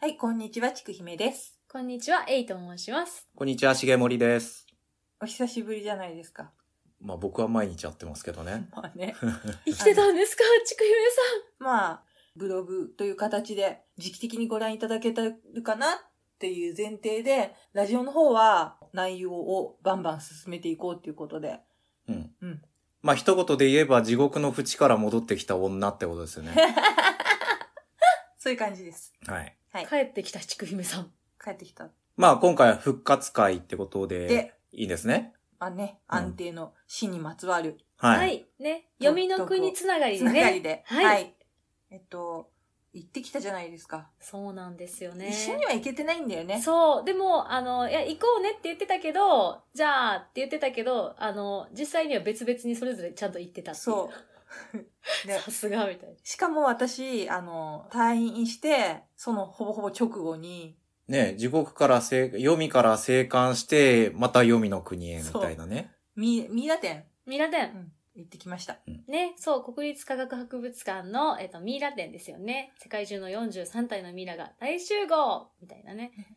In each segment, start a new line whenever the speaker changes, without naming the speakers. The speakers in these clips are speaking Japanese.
はい、こんにちは、ちくひめです。
こんにちは、エイと申します。
こんにちは、しげもりです。
お久しぶりじゃないですか。
まあ僕は毎日会ってますけどね。
まあ ね。
生きてたんですか、ちくひめ
まあ、ブログという形で、時期的にご覧いただけてるかなっていう前提で、ラジオの方は内容をバンバン進めていこうっていうことで。
うん。
うん
まあ一言で言えば地獄の淵から戻ってきた女ってことですよ ね。
そういう感じです。
はい。
さん。帰ってきたちくひめさん。
帰ってきた。
まあ今回は復活会ってことで、
で
いいですね。
まあね、
うん
安定の死にまつわる
はい。
はい。ね。読みの国つながり
つ
で
ながり
ね。
で。
はい
えっと、行ってきたじゃないですか。
そうなんですよね。
一緒には行けてないんだよね。
そう。でも、あの、いや、行こうねって言ってたけど、じゃあって言ってたけど、あの、実際には別々にそれぞれちゃんと行ってたっていう。
そう。で
さすが、みたいな。
しかも私、あの、退院して、そのほぼほぼ直後に、
ね地獄から生、読みから生還して、また読みの国へみたいな ね。
ミミイラ展、
ミイラ
う
展。
ん、行ってきました。
ね、そう、国立科学博物館の、えっと、ミイラ展ですよね。世界中の43体のミイラが大集合みたいなね。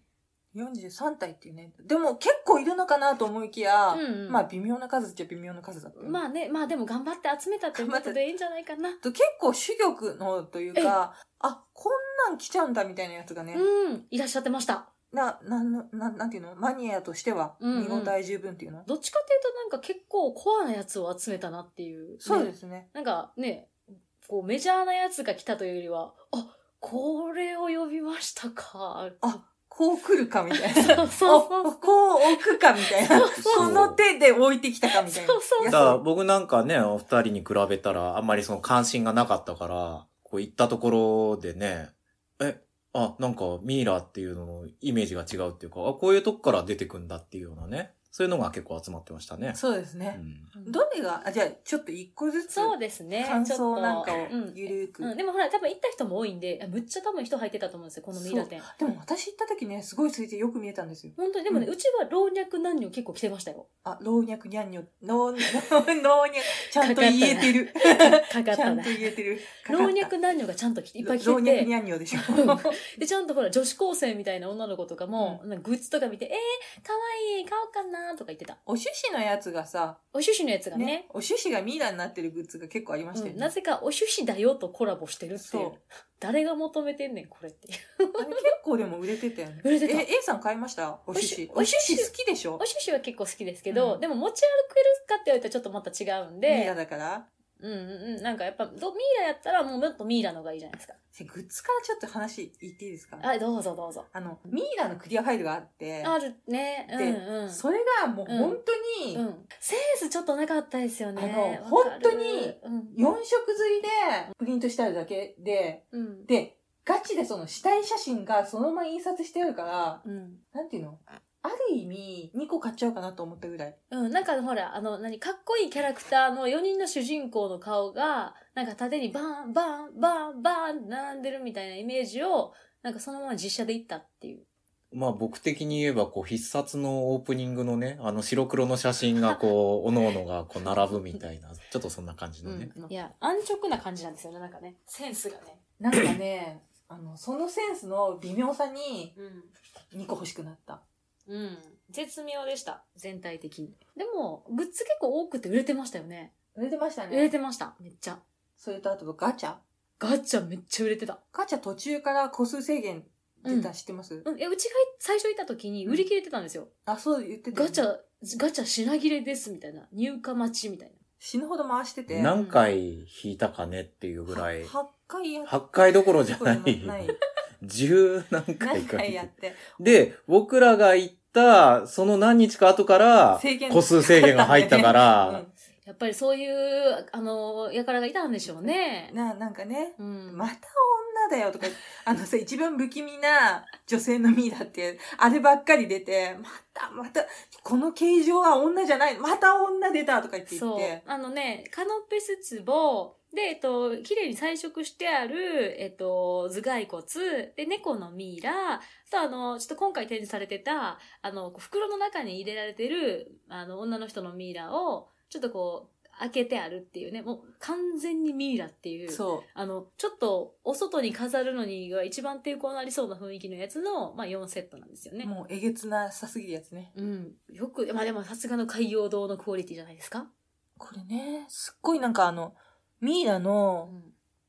43体っていうね。でも結構いるのかなと思いきや、
うんうん
まあ微妙な数っちゃ微妙な数だった。
まあね、まあでも頑張って集めたということでいいんじゃないかな。
と結構主玉のというか、あ、こんなん来ちゃうんだみたいなやつがね、
うん、いらっしゃってました。
な、なんの、なん、なんていうのマニアとしては、
うん
見
うん
応え十分っていうの、
どっちかというとなんか結構コアなやつを集めたなっていう、。
そうですすね。
なんかね、こうメジャーなやつが来たというよりは、あ、これを呼びましたか。
あ、こう来るかみたいな。
そうそう
お
そ
お
う。
こう置くかみたいな。この手で置いてきたかみたいな。
そうそう
いや
だから僕なんかね、お二人に比べたら、あんまりその関心がなかったから、こう行ったところでね、え、あ、なんかミイラっていうののイメージが違うっていうか、あ、こういうとこから出てくんだっていうようなね、そういうのが結構集まってましたね。
そうです
う
ね。
ん
どれが、あ、じゃあちょっと一個ずつ
そうですね。
感想なんかを
ちょっとうん
ゆるーく。
うん、でもほら、多分行った人も多いんで、あむっちゃ多分人入ってたと思うんですよ、このミイラ店。
でも私行った時ね、すごい空いてよく見えたんですよ。
本当に、でもね、
う
うんちは老若男女結構来てまし たよ。
あ、老若にゃんにょ、老老若、ちゃんと言えてる。
かかっ
ちゃ
た
ん
な
と。言えてる。かか
老
った
若男女がちゃんと来て、いっぱい来
老
て
若
て
に。ゃんにょでしょ。
で、ちゃんとほら、女子高生みたいな女の子とかも、なんかグッズとか見て、えー、かわいい、買おうかなとか言ってた。
お趣旨のやつがさ、
お趣旨のやつがね、
ね、お趣旨がミイラになってるグッズが結構ありましたよ
う
ね。
んなぜかお趣旨だよとコラボしてるってい
そう
う。誰が求めてんねん、これって いう。
あれ結構でも売れてたよね。
売れてた
え、A さん買いましたお趣旨。お
お趣
趣
旨
旨好きでし
お
ょ
趣旨は結構好きですけど、
うん
でも持ち歩けるかって言われたらちょっとまた違うん
ミイラ
で、
だから。
うんうんうん、なんかやっぱ、どミイラやったらもうもっとミイラのがいいじゃないですか。
せグッズからちょっと話言っていいですか
はい、どうぞどうぞ。
あの、ミイラのクリアファイルがあって、
あるね、
で
うんうん。
それがもう本当に、
うん、センスちょっとなかったですよね。
あの
わかる
本当に、
うん
4色刷りでプリントしてあるだけで、
うん
で、ガチでその死体写真がそのまま印刷してあるから、
うん
なんていうのある意味、2個買っちゃおうかなと思ったぐらい。
うん、なんかほら、あの、何、かっこいいキャラクターの4人の主人公の顔が、なんか縦にバーン、バーン、バーン、バーン、並んでるみたいなイメージを、なんかそのまま実写でいったっていう。
まあ僕的に言えば、こう必殺のオープニングのね、あの白黒の写真が こう、おのおのがこう並ぶみたいな、ちょっとそんな感じのね。
いや、安直な感じなんですよね、なんかね。センスがね。
なんかね、あの、そのセンスの微妙さに
うん。
2個欲しくなった。
うん。絶妙でした、全体的に。でも、グッズ結構多くて売れてましたよね。
売れてました
売れ
ね。
てました、めっちゃ。
それとあとガチャ
ガチャめっちゃ売れてた。
ガチャ途中から個数制限出た、
うん
知ってます、
うん、え、うちが最初いた時に売り切れてたんですよ。
あ、そう言ってたよ
ガ
ね、
チャ、ガチャ品切れですみたいな。入荷待ちみたいな。
死ぬほど回してて。
何回弾いたかねっていうぐらい、
8回やっ
8回どころじ
た
ゃ
こと
な
ないい。。ない。
十何回
何
か
回やって。
で、僕らが行った、その何日か後から、
制限
個数制限が入ったか
う
ら、
ん
やっぱりそういう、あの、やからがいたんでしょうね。
な、なんかね、
うん。
また女だよとか、あのさ、一番不気味な女性のミイラって、あればっかり出て、また、また、この形状は女じゃない、また女出たとか言って言っ
そう
て。。
あのね、カノペスツボ、で、えっと、綺麗に彩色してある、えっと、頭蓋骨、で、猫のミイラ、あとあの、ちょっと今回展示されてた、あの、こう袋の中に入れられてる、あの、女の人のミイラを、ちょっとこう、開けてあるっていうね、もう完全にミイラっていう。
そ
あの、ちょっと、お外に飾るのにが一番抵抗のありそうな雰囲気のやつの、まあ4セットなんですよ
う。
ね。
もうえげつなさすぎるやつね。
うん。よく、まあでもさすがの海洋堂のクオリティじゃないですか。
これね、すっごいなんかあの、ミイラの
うん。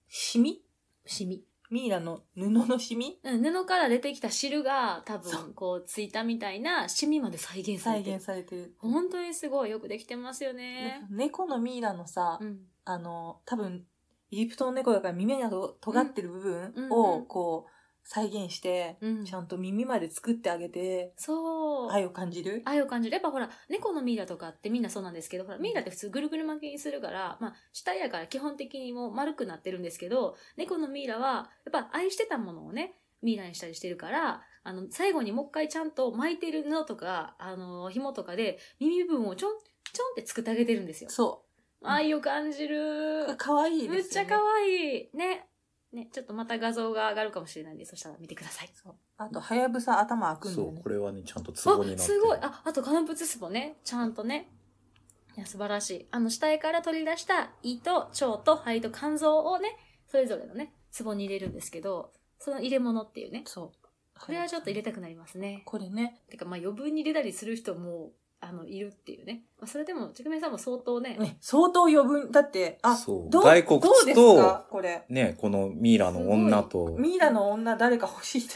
シミ
シミ。
ミイラの布のシミ
うん、布から出てきた汁が多
そう
分こうついたみたいなシミまで再現さ
再
れてる
現。されてる。
本当にすごいよくできてますよね。
猫のミイラのさ、
うん。
あの、多分、エジプトの猫だから耳がと尖ってる部分
うんう
を、
ん
こう、再現して、
うん
ち。ゃんと耳まで作ってあげて、
そう。
愛を感じる。
愛を感じる。やっぱほら、猫のミイラとかってみんなそうなんですけど、ほら、ミイラって普通ぐるぐる巻きにするから、まあ、死体やから基本的にもう丸くなってるんですけど、猫のミイラは、やっぱ愛してたものをね、ミイラにしたりしてるから、あの、最後にもう一回ちゃんと巻いてる布とか、あの、紐とかで、耳部分をちょん、ちょんって作ってあげてるんですよ。
そ
愛を感じ
う。
る
これ。可愛いですよ、ね。
むっちゃ可愛い。ね。ね、ちょっとまた画像が上がるかもしれないんで、そしたら見てください。
そうあと、はやぶさ頭開くんだ
そ
よ
う、
ね
こ。れはね、ちゃんとツボにな
あ、
ってる。
すごい。あ、あと金プツスボね。ちゃんとね。いや、素晴らしい。あの、死体から取り出した胃と腸と肺と肝臓をね、それぞれのね、壺に入れるんですけど、その入れ物っていうね。
そう。
これはちょっと入れ
て。
たくなりますね。
これね、
てか、まあ、余分に入れたりする人も、あの、いるっていうね。まあ、それでも、ちくめさんも相当ね、
ね相当余分。だって、あ、
そう
どう
骸骨と
どうですかこれ。
ね、このミイラの女と、
ミイラの女誰か欲しいっ て。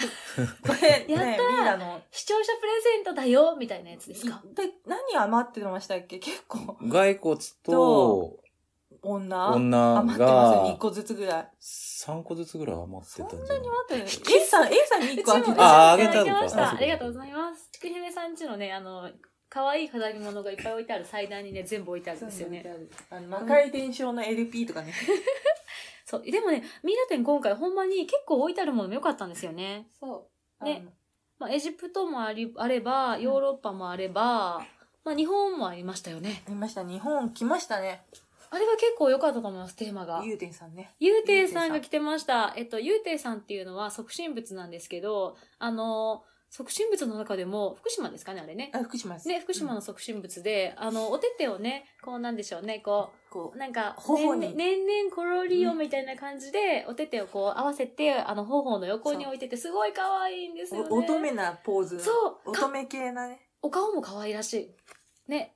これ、ね、ミイ
やったー
ラの。
視聴者プレゼントだよみたいなやつですか。
で、何余ってましたっけ結構、
骸骨と
と女
女
余ってますよね。1
が
個ずつぐらい。
3個ずつぐらい余ってたんじゃない
待って A さん、A さんに1個あげて
うちも
る。
あー
いだきまし
あげたのかあ
た。
そ
あ
う
か
りがとうございます。ちくひめさんちのね、あの、可愛い飾り物がいっぱい置いてある祭壇にね、全部置いてあるんですよね。
あの、魔界伝承の LP とかね。
そう。でもね、ミイラ展今回ほんまに結構置いてあるものも良かったんですよね。
そう。
ねまあ、エジプトもあり、あれば、ヨーロッパもあれば、まあ、日本もありましたよね。
あの。見ました。日本来ましたね。
あれは結構良かったと思います、テーマが。
ゆうてんさんね。
ゆうていさんが来てました。えっと、ゆうていさんっていうのは促進物なんですけど、あの、促進物の中でも、福島ですかね、あれね。
あ、福島です。
ね、福島の促進物で、あの、お手手をね、こうなんでしょうね、こう、
こう。
なんか、
頬に
ねんねんねんコロリオみたいな感じで、お手手をこう合わせて、あの、頬の横に置いてて、すごい可愛いんですよ、ね。
お乙女なポーズ。
そう
乙
か。
女系なね。
お顔も可愛らしい。ね。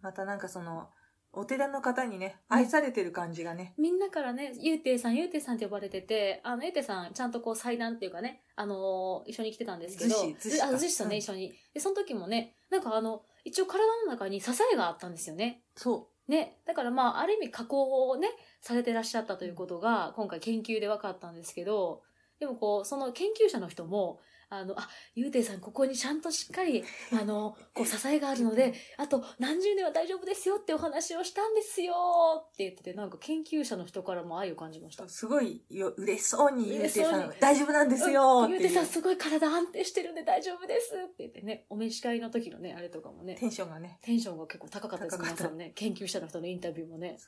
またなんかその、お寺の方にね、愛されてる感じがね。
みんなからね、ゆうていさん、ゆうていさんって呼ばれてて、あの、ゆうていさん、ちゃんとこう、祭壇っていうかね、あのー一緒に来てたんですけど、
逗子逗子か
あ、ずしとね、
うん
一緒に。で、その時もね、なんかあの、一応体の中に支えがあったんですよね。
そ
ね、だからまあ、ある意味加工をね、されてらっしゃったということが、今回研究で分かったんですけど、でもこう、その研究者の人も、あの、あ、ゆうていさん、ここにちゃんとしっ かり、あの、こう、支えがあるので、あと何十年は大丈夫ですよってお話をしたんですよって言ってて、なんか研究者の人からも愛を感じました
う。。すごいよ、嬉しそうにゆうてん
嬉し
さ
そうんに、
大丈夫なんですよー
ゆ
っ
う
て
てい
い
さん、
う
すごい体安定してるんで大丈夫ですって言ってね、お召し会の時のね、あれとかもね
テ、ンションがね。
テンションが結構高かったです
高か
皆
った
さんね。研究者の人のインタビューもね。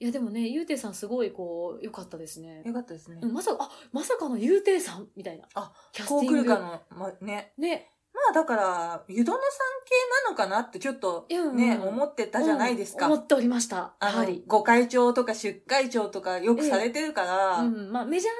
いや、でもね、ゆうていさんすごいこう、良かったですね。
よかったですね
う。んまさか、あ、まさかのゆうていさんみたいな。
あ、
キャス
こう
ティ
来
ン
る
グ。
かの、ま、ね。
ね。
まあだから、湯殿さん系なのかなってちょっと
いやうん
ね、思ってたじゃないですか。
うん思っておりました。や
あ
は
の
り、。
ご会長とか出会長とかよくされてるから、
うん、まあ、メジャ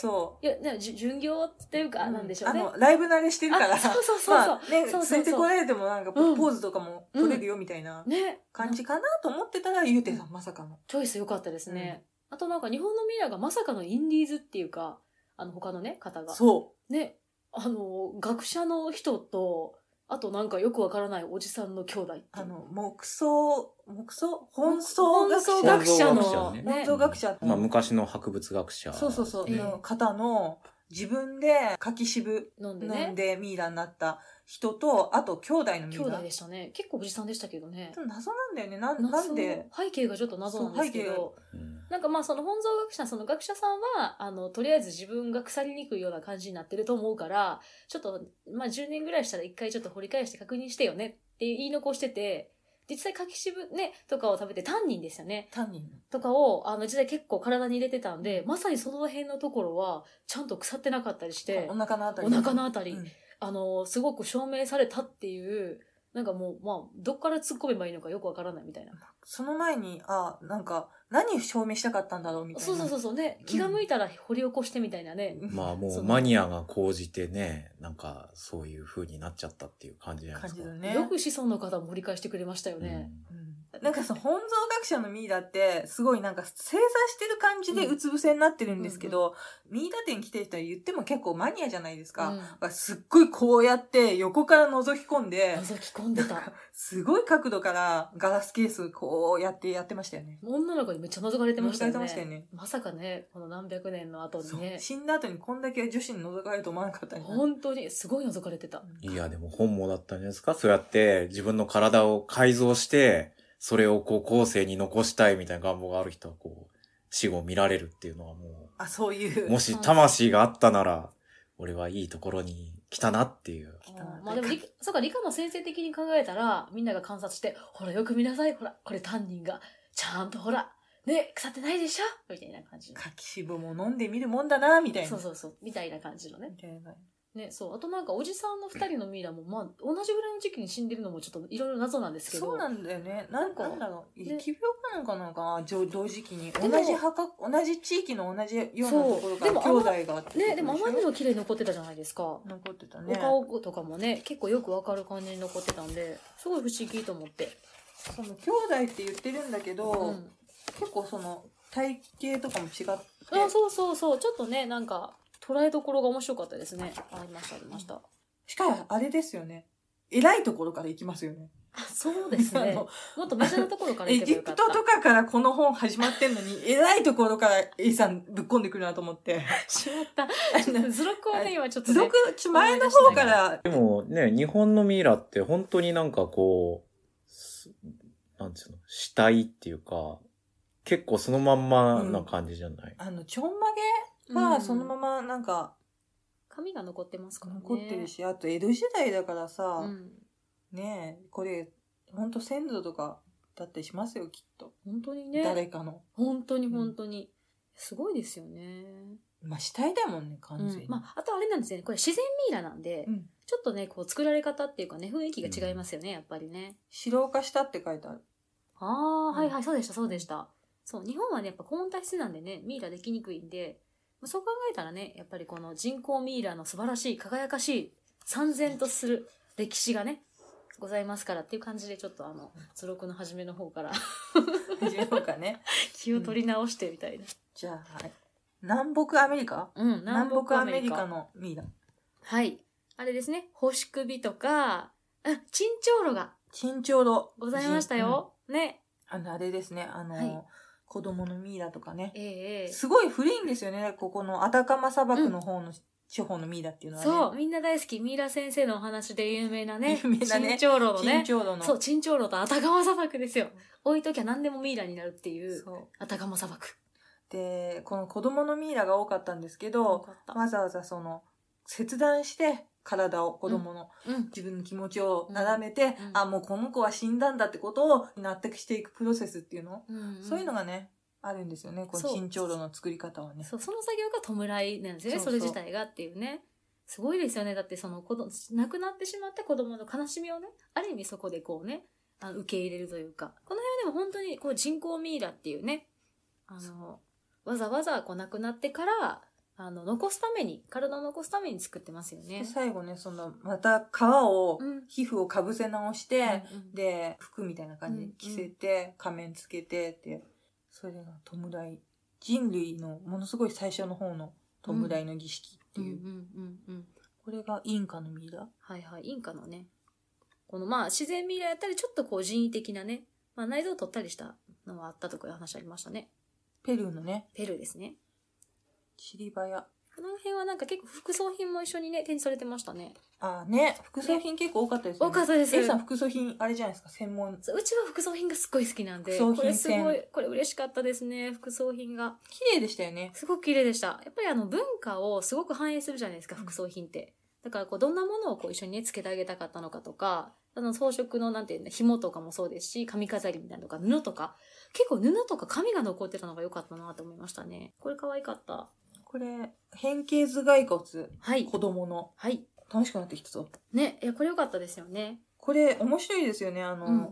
そ
ー、いや、ね、じゅ巡業っていう
う。
か、なんでしょうね。
あの、ライブ慣れしてるから、
あそうそうそうそう
まあね、
そうそう
つ
そう
いてこられてもなんかポ
うん
ポーズとかも取れるよみたいな
ね。
感じかなと思ってたら、ゆうてさんまさかの。
チョイス良かったですね。あとなんか日本のミラーがまさかのインディーズっていうか、あの他のね、方が。
そ
ね。あの、学者の人と、あとなんかよくわからないおじさんの兄弟っていう
う。あの、木葬、木葬本草学者
本草学者
本草
の、
学者ね
本草学者
まあ、昔の博物学者。
そうそうそう、
ええ
の方の自分で柿渋
飲んで
飲
ね
ん。でミイラになった人と、あと兄弟のミイ
兄
ラ。
弟でしたね。結構おじさんでしたけどね
ち。ょっと謎なんだよね。ななんで
そう背景がちょっと謎なんですけ
そう背景
ど。
うん
なんかまあその本草学者、その学者さんは、あの、とりあえず自分が腐りにくいような感じになってると思うから、ちょっと、まあ10年ぐらいしたら一回ちょっと掘り返して確認してよねって言い残してて、実際柿渋ね、とかを食べてタンニンですよね。
単に。
とかを、あの、実際結構体に入れてたんで、まさにその辺のところは、ちゃんと腐ってなかったりして
お、腹のあたり。
お腹のあたり
うん
あの、すごく証明されたっていう、なんかもう、まあ、どっから突っ込めばいいのかよくわからないみたいな。
その前に、あ、なんか、何証明したかったんだろうみたいな。
そうそうそうそうね。気が向いたら掘り起こしてみたいなね。
うん
まあも
そうの
マニアが高じてね、なんかそういう風になっちゃったっていう感じじゃないで
感
す
じ
か。
だね。
よく子孫の方も掘り返してくれましたよね。
うんなんかその本草学者のミイラって、すごいなんか正座してる感じでうつ伏せになってるんですけど、ミイラ店来てる人は言っても結構マニアじゃないですか。
うん
だからすっごいこうやって横から覗き込んで、
覗き込んで た。
すごい角度からガラスケースこうやってやってましたよね。
女の子にめっちゃ覗かれてましたよ
覗かれてま
ね。
したよね
まさかね、この何百年の後に
そう
ね。
死んだ後にこんだけ女子に覗かれると思わなかったね。
本当に、すごい覗かれてた。
いや、でも本望だったんじゃないですかそうやって自分の体を改造して、それをこう後世に残したいみたいな願望がある人はこう、死後見られるっていうのはも、
あ、そういうう。
もし魂があったなら、俺はいいところに来たなっていう。
来た
まあでも理、そうか、理科の先生的に考えたら、みんなが観察して、ほら、よく見なさい、ほら、これ担任が、ちゃんとほら、ね、腐ってないでしょみたいな感じの。
柿渋も飲んでみるもんだな、みたいな。
そうそうそう、みたいな感じのね
み。たいな。
ね、そう。あとなんか、おじさんの二人のミイラも、まあ、同じぐらいの時期に死んでるのも、ちょっといろいろ謎なんですけど。
そうなんだよね。なんか、
そ
な
う
んだろう。疫
で
病かなんかなのかな、同同時期に。同
も
じ墓、同じ地域の同じようなところから
そうでも
兄弟があって。
ね、でもあまりにも綺麗に残ってたじゃないですか。
残ってた
お
ね。
顔とかもね、結構よくわかる感じに残ってたんで、すごい不思議と思って。
その兄弟って言ってるんだけど、
うん。
結構その体型とかも違って。
あ、そうそうそう。ちょっとね、なんか、捉えどころが面白かったですね。ありました、ありました。
しかもあれですよね。偉いところから行きますよね。
あ、そうで す
あ
ね。
の
もっとメジャーなところから
エ
行けば
ジ
よ
プ
かった
ト。とかからこの本始まってんの に、偉いところから A さんぶっ込んでくるなと思って。
し まった。図録をね、今ちょっと
す
ね、
ごく前の方から、
でもね、日本のミイラって本当になんかこうす、なんていうの、死体っていうか、結構そのまんまな感じじゃない、
あの、ちょんまげ
う
は
ん
そのままなんか、
紙が残ってますからね。
残ってる。し、あと江戸時代だから
う
さ、
ん。
ねえこれほんと先祖とかだってしますよきっと、
本当にね。
誰かの、
本当に本当に。すごいですよね。
まあ、死体だもんね完全に、
うんまあ、あとあれなんですよねこれ自然ミイラなんで、
うん
ちょっとねこう作られ方っていうかね雰囲気が違いますよね、やっぱりね
白化したって書いてある
ああ、
ん
はいはいそうでしたそうでしたそう日本はねやっぱ高温体質なんでねミイラできにくいんで、まあ、そう考えたらねやっぱりこの人工ミイラの素晴らしい輝かしい三然とする歴史がねございますからっていう感じでちょっとあの図録の初めの方から
始めようかね
気を取り直してみたいな、
じゃあ、はい、南北アメリカ
うん、
南北アメリカのミイラ
はいあれですね星首とかあチンチョウロが
珍重炉
ございましたよ。ね。
うんあのあれですねあの、
はい
子供のミイラとかね
ええええ
すごい古いんですよねここのアタカマ砂漠の方の地方のミイラっていうのはね、
そう、みんな大好き、ミイラ先生のお話で有名なね、
有名なね
チンチョウロの
珍
ね。
重炉の
そう、チンチョウロとアタカマ砂漠ですよ。置いときゃ何でもミイラになるっていう、
そう
アタカマ砂漠。
でこの子供のミイラが多かったんですけ
よ
ど
かった
わざわざその切断して体を子供の、
うん。
自分の気持ちをなだめて、
うんうん
あもうこの子は死んだんだってことを納得していくプロセスっていうの、
うんん
そういうのがねあるんですよねこの
そう
身長度の作り方はね
そう、その作業が弔いなんですよね、
そう
そ
そう
れ自体がっていうね。すごいですよね。だってその子供、亡くなってしまった子供の悲しみをね、ある意味そこでこうね、あの受け入れるというか、この辺はでも本当にこう人工ミイラっていうね、あの、わざわざこう亡くなってから、あの、残すために、体を残すために作ってますよ
で
ね。
最後ねそのまた皮を、
うん。
皮膚をかぶせ直して、
うんうん
で服みたいな感じで着せて、仮面つけてってそれが弔い人類のものすごい最初の方の弔いの儀式って
うんう
いう、
んうんうん。
これがインカのミイラ
はいはい、インカのね、このまあ自然ミイラやったり、ちょっとこう人為的なね、まあ内臓を取ったりしたのはあったとかいう話ありましたね。
ペルーのね
ペルーですね。
チリバヤ
この辺はなんか結構副葬品も一緒にね、展示されてましたね。
あーね副葬品結構多かったですよ
多
ね
かったです。
A さん
う
副葬品あれじゃないですか専門
ちは副葬品がすっごい好きなんで、
副葬品
これすごい、これ嬉しかったですね、副葬品が。
綺麗でしたよね
すごく綺麗でした。やっぱりあの文化をすごく反映するじゃないですか、
うん
副葬品って。だからこう、どんなものをこう一緒にね、つけてあげたかったのかとか、あの装飾のなんていうの、紐とかもそうですし、髪飾りみたいなのとか、布とか、結構布とか紙が残ってたのが良かったなと思いましたね。これ可愛かった。
これ変形頭蓋骨
はい
子。供の
はい。
楽しくなってきたぞ
ね、いや、これ良かったですよね。
これ面白いですよね。あの、
うん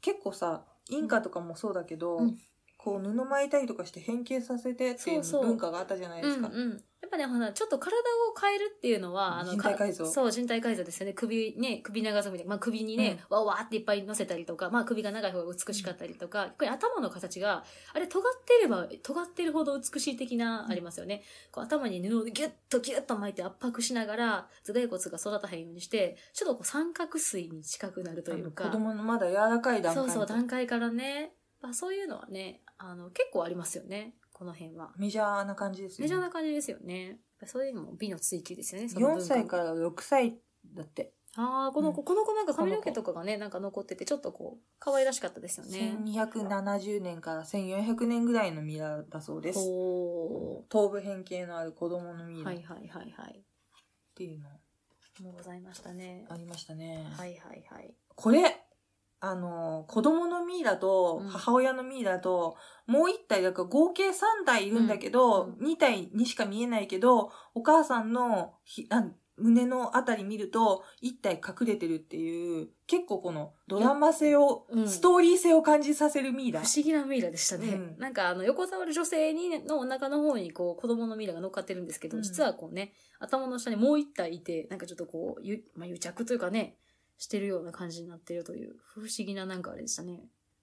結構さ、インカとかもそうだけど、
うん
こう布巻いたりとかして変形させてっていう
そうそう
文化があったじゃないですか。
うんうん、やっぱねほらちょっと体を変えるっていうのはあの
人体改造
かそう人体改造ですよね首ね首長さみたいな、まあ、首にね、わわーっていっぱい乗せたりとか、まあ、首が長い方が美しかったりとか、これ頭の形があれ尖ってれば尖ってるほど美しい的なありますよね、こう頭に布をギュッとギュッと巻いて圧迫しながら頭蓋骨が育たへんようにしてちょっとこう三角錐に近くなるという
あの
か
子供のまだ柔らかい段
そ
階
う
の
そう段階からね、まあ、そういうのはねあの結構ありますよねこの辺は。
メジャーな感じですよ
メジャー
ね。
な感じですよね。やっぱそういうのも美の追求ですよね。その文
4
化
歳から6歳だって、
ああ、この子、この子なんか髪の毛
この
とかがね、なんか残ってて、ちょっとこう、可愛らしかったですよね。
1270年から1400年ぐらいのミラーだそうです。
ほ
頭部変形のある子供のミ
う。
ラ
は
ーっ
いはいはいはい。
ていうの
もうございましたね。
ありましたね。
はいはいはい。
これ、あの、子供のミイラと
うん
母親のミイラと、もう1体、だから合計3体いるんだけど、
うん
2体にしか見えないけど、お母さんのひあ胸のあたり見ると、1体隠れてるっていう、結構このドラマ性を、
うん
ストーリー性を感じさせるミイ
不
ラ。
思議なミイラでしたね。
うん
なんかあの、横たわる女性にねのお腹の方にこう、子供のミイラが乗っかってるんですけど、
うん
実はこうね、頭の下にもう一体いて、なんかちょっとこう、ゆまあ、癒着というかね、してるような感じになってるという、不思議ななんかあれでしたね。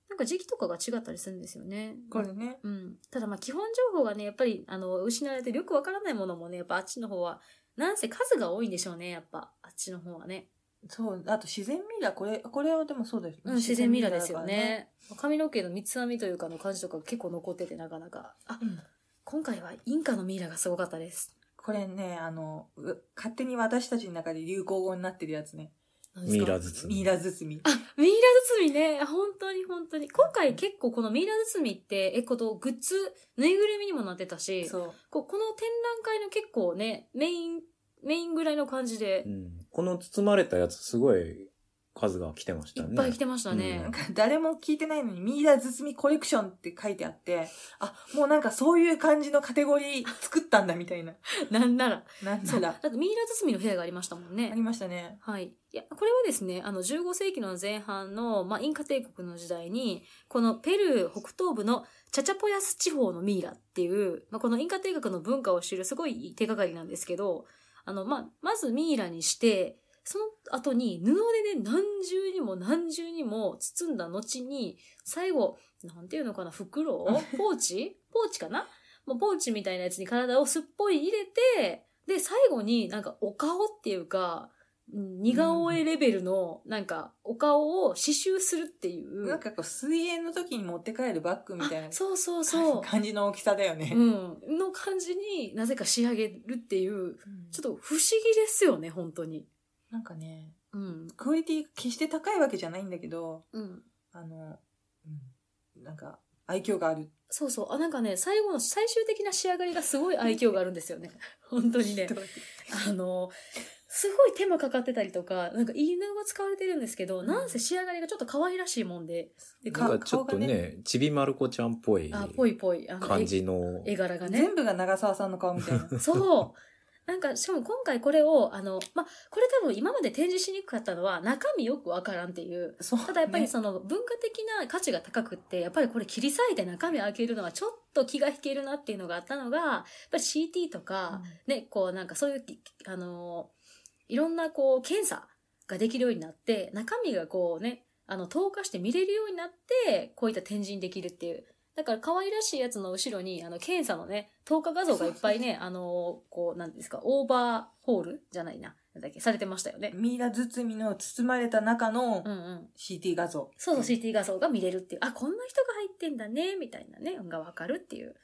なんか時期とかが違ったりするんですよね。
これね。
うん、ただまあ基本情報がねやっぱりあの失われてよくわからないものもねやっぱあっちの方はなんせ数が多いんでしょうねやっぱあっちの方はね、
そう、あと自然ミイラ、これ、これはでもそうです、
うん、自然ミイラですよ
自然ミイラだ
ね髪の毛の三つ編みというかの感じとか結構残っててなかなかあ
からね。うん
今回はインカのミイラがすごかったです
これね、あの、う勝手に私たちの中で流行語になってるやつね。
何です
ミ
か
イラ包
ミイ
み。
ラ包み。
ミイラ包みね本当に本当に今回結構このミイラ包みってえことグッズぬいぐるみにもなってたし
そう。
ここの展覧会の結構ねメインメインぐらいの感じで
うん。この包まれたやつ、すごい数が来てま
い
した
っ
ね。
ぱい来てましたね、
う
なんか誰も聞いてないのに、ミイラ包みコレクションって書いてあって、あ、もうなんかそういう感じのカテゴリー作ったんだみたい な。
なんなら。
なんだ
そう。だ
ら
っ。てミイラ包みの部屋がありましたも
あ
んね
り。ましたね。
はい。いや、これはですね、あの、15世紀の前半の、まあ、インカ帝国の時代に、このペルー北東部のチャチャポヤス地方のミイラっていう、まあ、このインカ帝国の文化を知るすごい手がかりなんですけど、あの、まあ、まずミイラにして、その後に布でね、何重にも何重にも包んだ後に、最後、なんていうのかな、袋をポー チポーチかなもうポーチみたいなやつに体をすっぽり入れて、で、最後になんかお顔っていうか、うん似顔絵レベルの、なんか、お顔を刺繍するっていう。
なんかこう、水泳の時に持って帰るバッグみたいな
あそうそうそう。
感じの大きさだよね。
うん。の感じになぜか仕上げるっていう、
ちょ
ちょっ
っと、
と不思議ですよね、本当に。
なんかね、
うん。
クオリティ決して高いわけじゃないんだけど、
うん。
あの、うん、なんか、愛嬌がある。
そうそう。あ、なんかね、最後の最終的な仕上がりがすごい愛嬌があるんです よね。本当にね。あの、すごい手間かかってたりとか、なんかいい布が使われてるんですけど、
うん
なんせ仕上がりがちょっと可愛らしいもんで、で
か
なんかちょっと
顔が
ね、ちびまる子ちゃんっぽい
あ、ぽいぽい、あの、
感
絵
じの。
絵柄がね。
全部が長澤さんの顔みたいな。
そう。なんか、しかも今回これを、あの、ま、これ多分今まで展示しにくかったのは、中身よくわからんっていう。
そう
ただやっぱり
ね
その文化的な価値が高くって、やっぱりこれ切り裂いて中身開けるのはちょっと気が引けるなっていうのがあったのが、やっぱり CT とか、ね、こうなんかそういうき、あのーいろんなこう検査ができるようになって、中身がこうね、あの、透過して見れるようになって、こういった展示にできるっていう。だから可愛らしいやつの後ろに、あの、検査のね、透過画像がいっぱいね、あのーこう、なんていうんですか、オーバーホールじゃないな、なんだっけ、されてましたよね。
ミイラ包みの包まれた中の
うんうん。
CT 画像。
そうそう CT 画像が見れるっていう、あ、こんな人が入ってんだね、みたいなね、のがわかるっていう。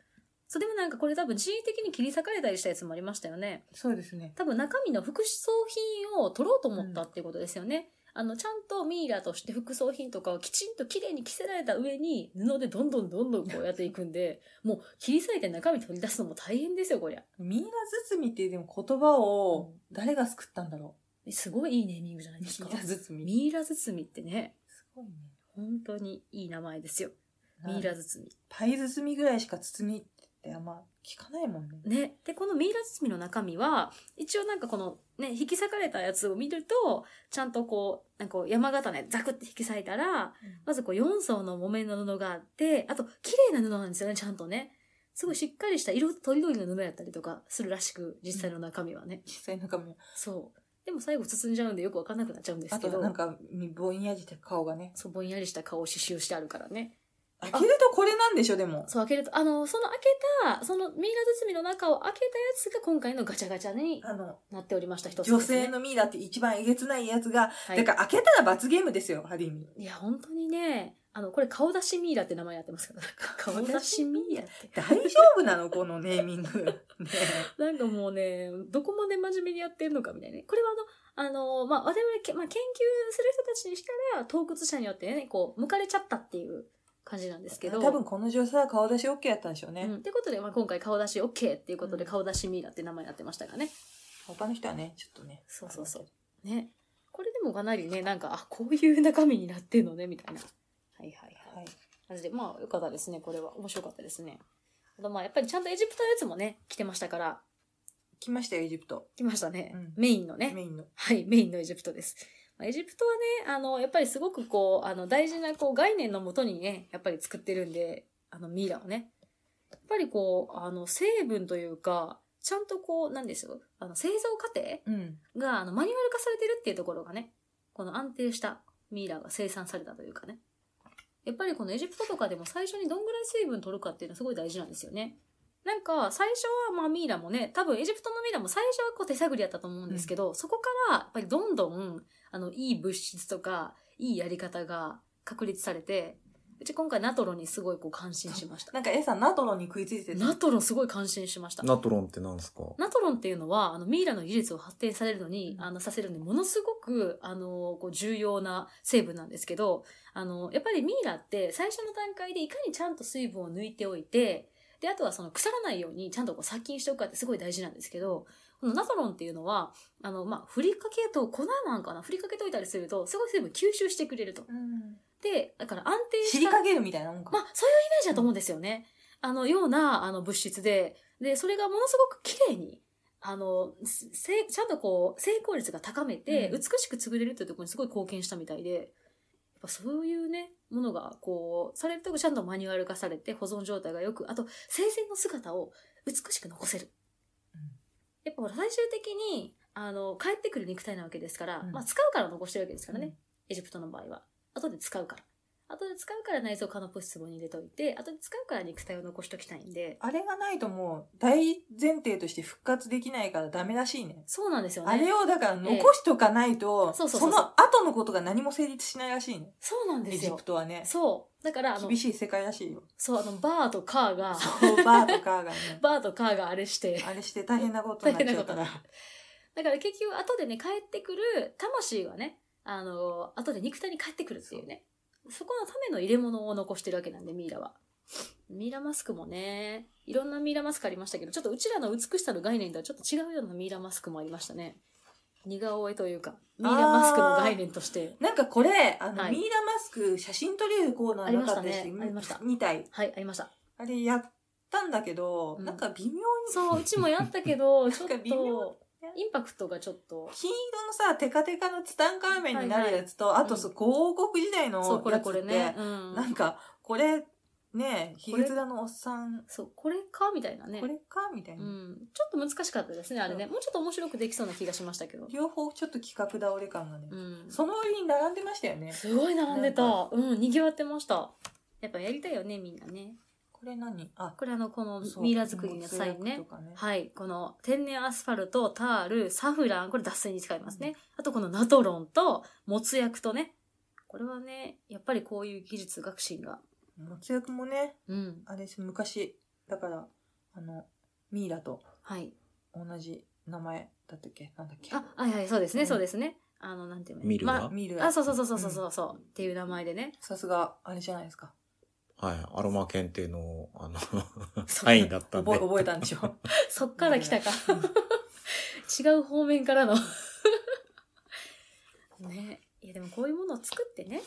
そう、でもなんかこれ多分人為的に切り裂かれたりしたやつもありましたよね。
そうですね。
多分中身の副装品を取ろうと思ったっていうことですよね。あの、ちゃんとミイラとして副装品とかをきちんと綺麗に着せられた上に布でどんどんどんどんこうやっていくんで、もう切り裂いて中身取り出すのも大変ですよ、こりゃ。
ミイラ包みってでも言葉を誰が作ったんだろ。
すごいいいネーミングじゃないう
ミ
ですか
イ。ラ包み。
ミイラ包みってね、
すごいね。
本当にいい名前ですよ。ミイラ包み。
パイ包みぐらいしか包みってあんま聞かないもんね。
ね。で、このミイラ包みの中身は、一応なんかこの、ね、引き裂かれたやつを見ると、ちゃんとこう、なんかこう山形ね、ザクって引き裂いたら、まずこう4層の木綿の布があって、あと、綺麗な布なんですよね、ちゃんとね。すごいしっかりした色とりどりの布やったりとかするらしく、実際の中身はね。
実際なんかもう
そう。でも最後進んじゃうんでよくわかんなくなっちゃうんです
あ
け
と
ど、
なんかぼんやりした顔がね。
そうぼんやりした顔を刺繍してあるからね。
開けるとこれなんでしょでも。
そう開けると、あの、その開けた、そのミイラ包みの中を開けたやつが今回のガチャガチャに
あの
なっておりました、一つで
女
すね、
性のミイラって一番えげつないやつが、
はい、
だから開けたら罰ゲームですよある意味。
いや、本当にね、あの、これ顔出しミイラって名前やってますから、顔出しミイラって。
大丈夫 なのこのネーミング。ね
なんかもうね、どこまで真面目にやってるのかみたいなね。これはあの、あの、まあ、我々け、まあ、研究する人たちにしたら、洞窟者によってね、こう、向かれちゃったっていう感じなんですけど。
多分この女性は顔出し OK やったんでしょうね。
うん。ってことで、まあ、今回顔出し OK っていうことで、
うん
顔出しミイラって名前やってましたがね。
他の人はねちょっとね。
そうそうそう。ね。これでもかなりね、なんか、あ、こういう中身になってんのね、みたいな。はいはいはい。
はい。
感じで、まあ、よかったですね、これは。面白かったですね。あとまあ、やっぱりちゃんとエジプトのやつもね、来てましたから、
来ましたよエジプト。
来ましたね。
うん
メインのね。
メインの。
はい、メインのエジプトです。まあエジプトはね、あの、やっぱりすごくこう、あの、大事なこう概念のもとにね、やっぱり作ってるんで、あの、ミイラをね。やっぱりこう、あの、成分というか、ちゃんとこう、なんですよ、あの、製造過程
うん。
が、あの、マニュアル化されてるっていうところがね、この安定したミイラが生産されたというかね。やっぱりこのエジプトとかでも最初にどんぐらい水分取るかっていうのはすごい大事なんですよね。なんか、最初はまあミイラもね、多分エジプトのミイラも最初はこう手探りやったと思うんですけど、そこからやっぱりどんどん、あの、いい物質とか、いいやり方が確立されて、うち今回ナトロにすごいこう感心しました。
なんか A さんナトロに食いついてた。
ナトロすごい感心しました。
ナトロンってなんですか
ナトロンっていうのは、あの、ミイラの技術を発展されるのに、
うん
あの、させるのに、ものすごく、あの、こう、重要な成分なんですけど、あの、やっぱりミイラって、最初の段階でいかにちゃんと水分を抜いておいて、で、あとはその、腐らないように、ちゃんとこう、殺菌しておくかってすごい大事なんですけど、このナトロンっていうのは、あの、まあ、ふりかけと粉なんかなふりかけといたりすると、すごい水分吸収してくれると。
うん。
で、だから安定
知
し
り
た。
かけるみたいなもんか。
まあ、そういうイメージだと思うんですよね。あの、ような、あの、物質で、で、それがものすごく綺麗に、あの、せ、せちゃんとこう、成功率が高めて、
うん
美しく潰れるっていうところにすごい貢献したみたいで、やっぱそういうね、ものが、こう、されるとちゃんとマニュアル化されて、保存状態がよく、あと、生前の姿を美しく残せる
うん。
やっぱほら最終的に、あの、帰ってくる肉体なわけですから、
うん
まあ、使うから残してるわけですからね。エジプトの場合は。後で使うから。後で使うから内臓をカナポ質壺に入れといて、後で使うから肉体を残しときたいんで。
あれがないともう大前提として復活できないからダメらしいね。
そうなんですよね。
あれをだから残しとかないと、
ええそうそう
そ
そ
うの後のことが何も成立しないらしいね。
そうなんで
エ
す
ジ
よ
プ。トはね。
そう。だから、あの
厳、しい世界らしいよ。
そう、あの、バーとカーが、。
そう、バーとかがね
バーとカーがあれして、
あれして大変なことになっちゃうか
大変な
ら。
だから結局後でね、帰ってくる魂はね、あの、後で肉体に帰ってくるっていうね。そこのための入れ物を残してるわけなんで、ミイラは。ミイラマスクもね、いろんなミイラマスクありましたけど、ちょっとうちらの美しさの概念とはちょっと違うようなミイラマスクもありましたね。似顔絵というか、ミイラマスクの概念として。
なんかこれ、あの、
はい
ミイラマスク写真撮れるコーナーなかったで
ありましたねありました
2体。
はい、ありました。
あれやったんだけど、
うん
なんか微妙に、
そう、うちもやった けど、ちょっ
なんか微妙
と、インパクトがちょっと、
金色のさ、テカテカのツタンカーメンになるやつと、あとそう
う、
広告時代のやつって、
そう、これこれね。うん。
なんか、これ、ね、ひげつらのおっさん、
そう、これかみたいなね。
これかみたいな、
うん、ちょっと難しかったですね、あれね。もうちょっと面白くできそうな気がしましたけど。
両方ちょっと企画倒れ感がね。
うん。
その上に並んでましたよね。
すごい並んで
な
た。うん、賑わってました。やっぱやりたいよね、みんなね。
これ何あ、
これあの、この
そう
ミイラ作りの際に
通
ね
訳。とかね
はい。この天然アスファルト、タール、サフラン、これ脱水に使いますね。あとこのナトロンと、もつ薬とね。これはね、やっぱりこういう技術革新が。
もつ薬もね、
うん。
あれです、昔、だから、あの、ミイラと
はい。
同じ名前だったっけなんだっけ
あ、はいはい、そうですね、
うん
そうですね。あの、なんていうの
ミル
ま
ラ
あ
ミイラ。
あ、そうそうそうそうそうそうそう、っていう名前でね。
さすが、あれじゃないですか。
はい。アロマ検定の、あの、サインだったんで。
覚え、覚えたんでしょ。
そっから来たか。 違う方面からの。ね。いやでもこういうものを作ってね、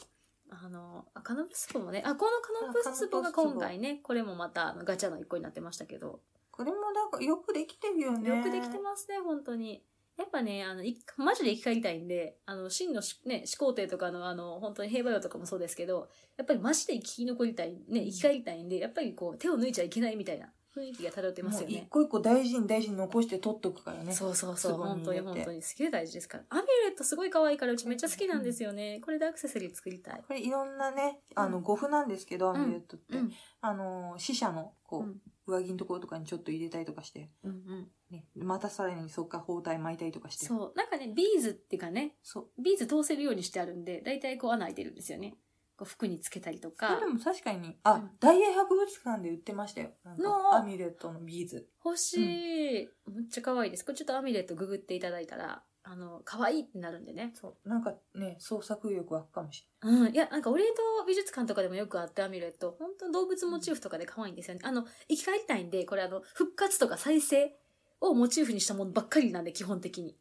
あの、あ、カナブス壺もね、あ、このカナブス壺が今回ね、これもまたあのガチャの一個になってましたけど、
これもなんかよくできてるよね。
よくできてますね、本当に。やっぱね、あの、いマジで生き返りたいんで、あの、真のし、ね、始皇帝とかの、あの、本当に平和よとかもそうですけど、やっぱりマジで生き残りたい、ね、生き返りたいんで、やっぱりこう、手を抜いちゃいけないみたいな雰囲気が漂ってますよ
もう一
ね。
個一個大事に大事に残して取っとくからね。
そうそうそう、
壺に
本当
入れ
に
て
本当に、すげえ大事ですから。アミュレットすごい可愛いから、うちめっちゃ好きなんですよね。これでアクセサリー作りたい。
これいろんなね、
うん
あの、語符なんですけど、
ん
アミュレットって。
うん。
あの、死者の、
う
こ
ん
う、上着のところとかにちょっと入れたりとかして、
うんうん。
ね、またさらにそっから包帯巻いたりとかして。
そう。なんかね、ビーズっていうかね、
そう。
ビーズ通せるようにしてあるんで、だいたいこう穴開いてるんですよね。こう服につけたりと
こ
か
れで。も確かに、あ、
うん
大英博物館で売ってましたよ。なん
の
か、アミュレットのビーズ。
欲しい。めっちゃ可愛いです。これちょっとアミュレットググっていただいたら、あの、可愛いってなるんでね。
そう。なんかね、創作意欲湧くかもし
うん。いや、なんかオリエント美術館とかでもよくあってアミュレット。本当動物モチーフとかで可愛いんですよね。あの、生き返りたいんで、これあの、復活とか再生をモチーフにしたものばっかりなんで、基本的に。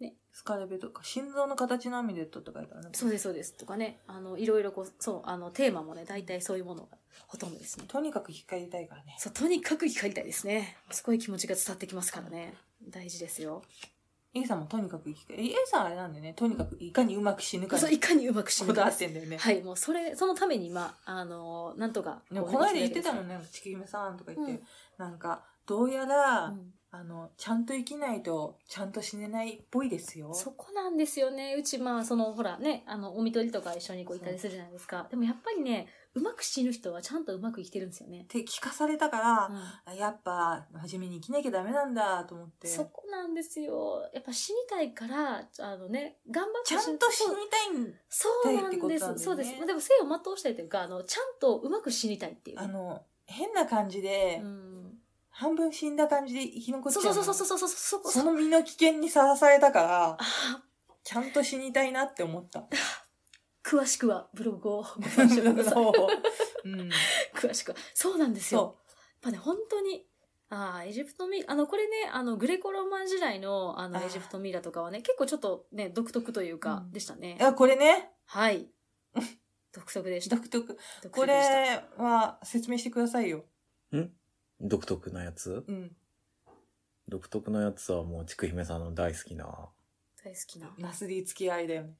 れない。疲れ部とか、心臓の形のアミュレットとか書いてある。
そうです、そうです。とかね。あの、いろいろこう、そう、あの、テーマもね、大体そういうものがほとんどですね。
とにかく引っかりたいからね。
そう、とにかく光りたいですね。すごい気持ちが伝わってきますからね。大事ですよ。
A さんもとにかく生き返り。A さんあれなんだよね。とにかくいかにうまく死ぬか
そう、
に
いかにうまく死ぬ
こだわ
か
っ。てんだよね。
はい、もうそれ、そのために今、あのーなんとか。
でもこの間言ってたも
の
んね、ちきめさんとか言って、
うん
なんか、どうやら、
うん
あの、ちゃんと生きないと、ちゃんと死ねないっぽいですよ。
そこなんですよね。うち、まあ、その、ほらね、あの、お見取りとか一緒にこう行ったりするじゃないですか。でもやっぱりね、うまく死ぬ人はちゃんとうまく生きてるんですよね
っ。て聞かされたから
う、ん
あやっぱ、真面目に生きなきゃダメなんだと思って。
そこなんですよ。やっぱ死にたいから、あのね、頑張って
ちゃんと死に
そう
たいん、
そうなん
ってこと
で
なん
す。
だよね
そうです。まあでも、生を全うしたいというか、あの、ちゃんとうまく死にたいっていうね、
あの、変な感じで、
うん、
半分死んだ感じで生き残っちゃ
そうう
の。
そうそうそうそうそうそう
その身の危険にさらされたから、
あ
ちゃんと死にたいなって思った。
ー詳しくはブログをご参照 ください。
うん、
詳しくは。そうなんですよ。やっ
そ
ぱね、本当に。ああ、エジプトミイラ、あの、これね、あの、グレコローマン時代の、あ
あ
の、
ー
エジプトミイラとかはね、結構ちょっとね、独特というか、
うん
でしたね
う。い。や、これね、
はい。独特でした。
独特。
独
こ
特
れ
でした。
は説明してくださいよ。
独特なやつ
うん。
独特なやつはもう、ちくひめさんの大好きな。
大好きな。い
ナスリ付き合いだよね。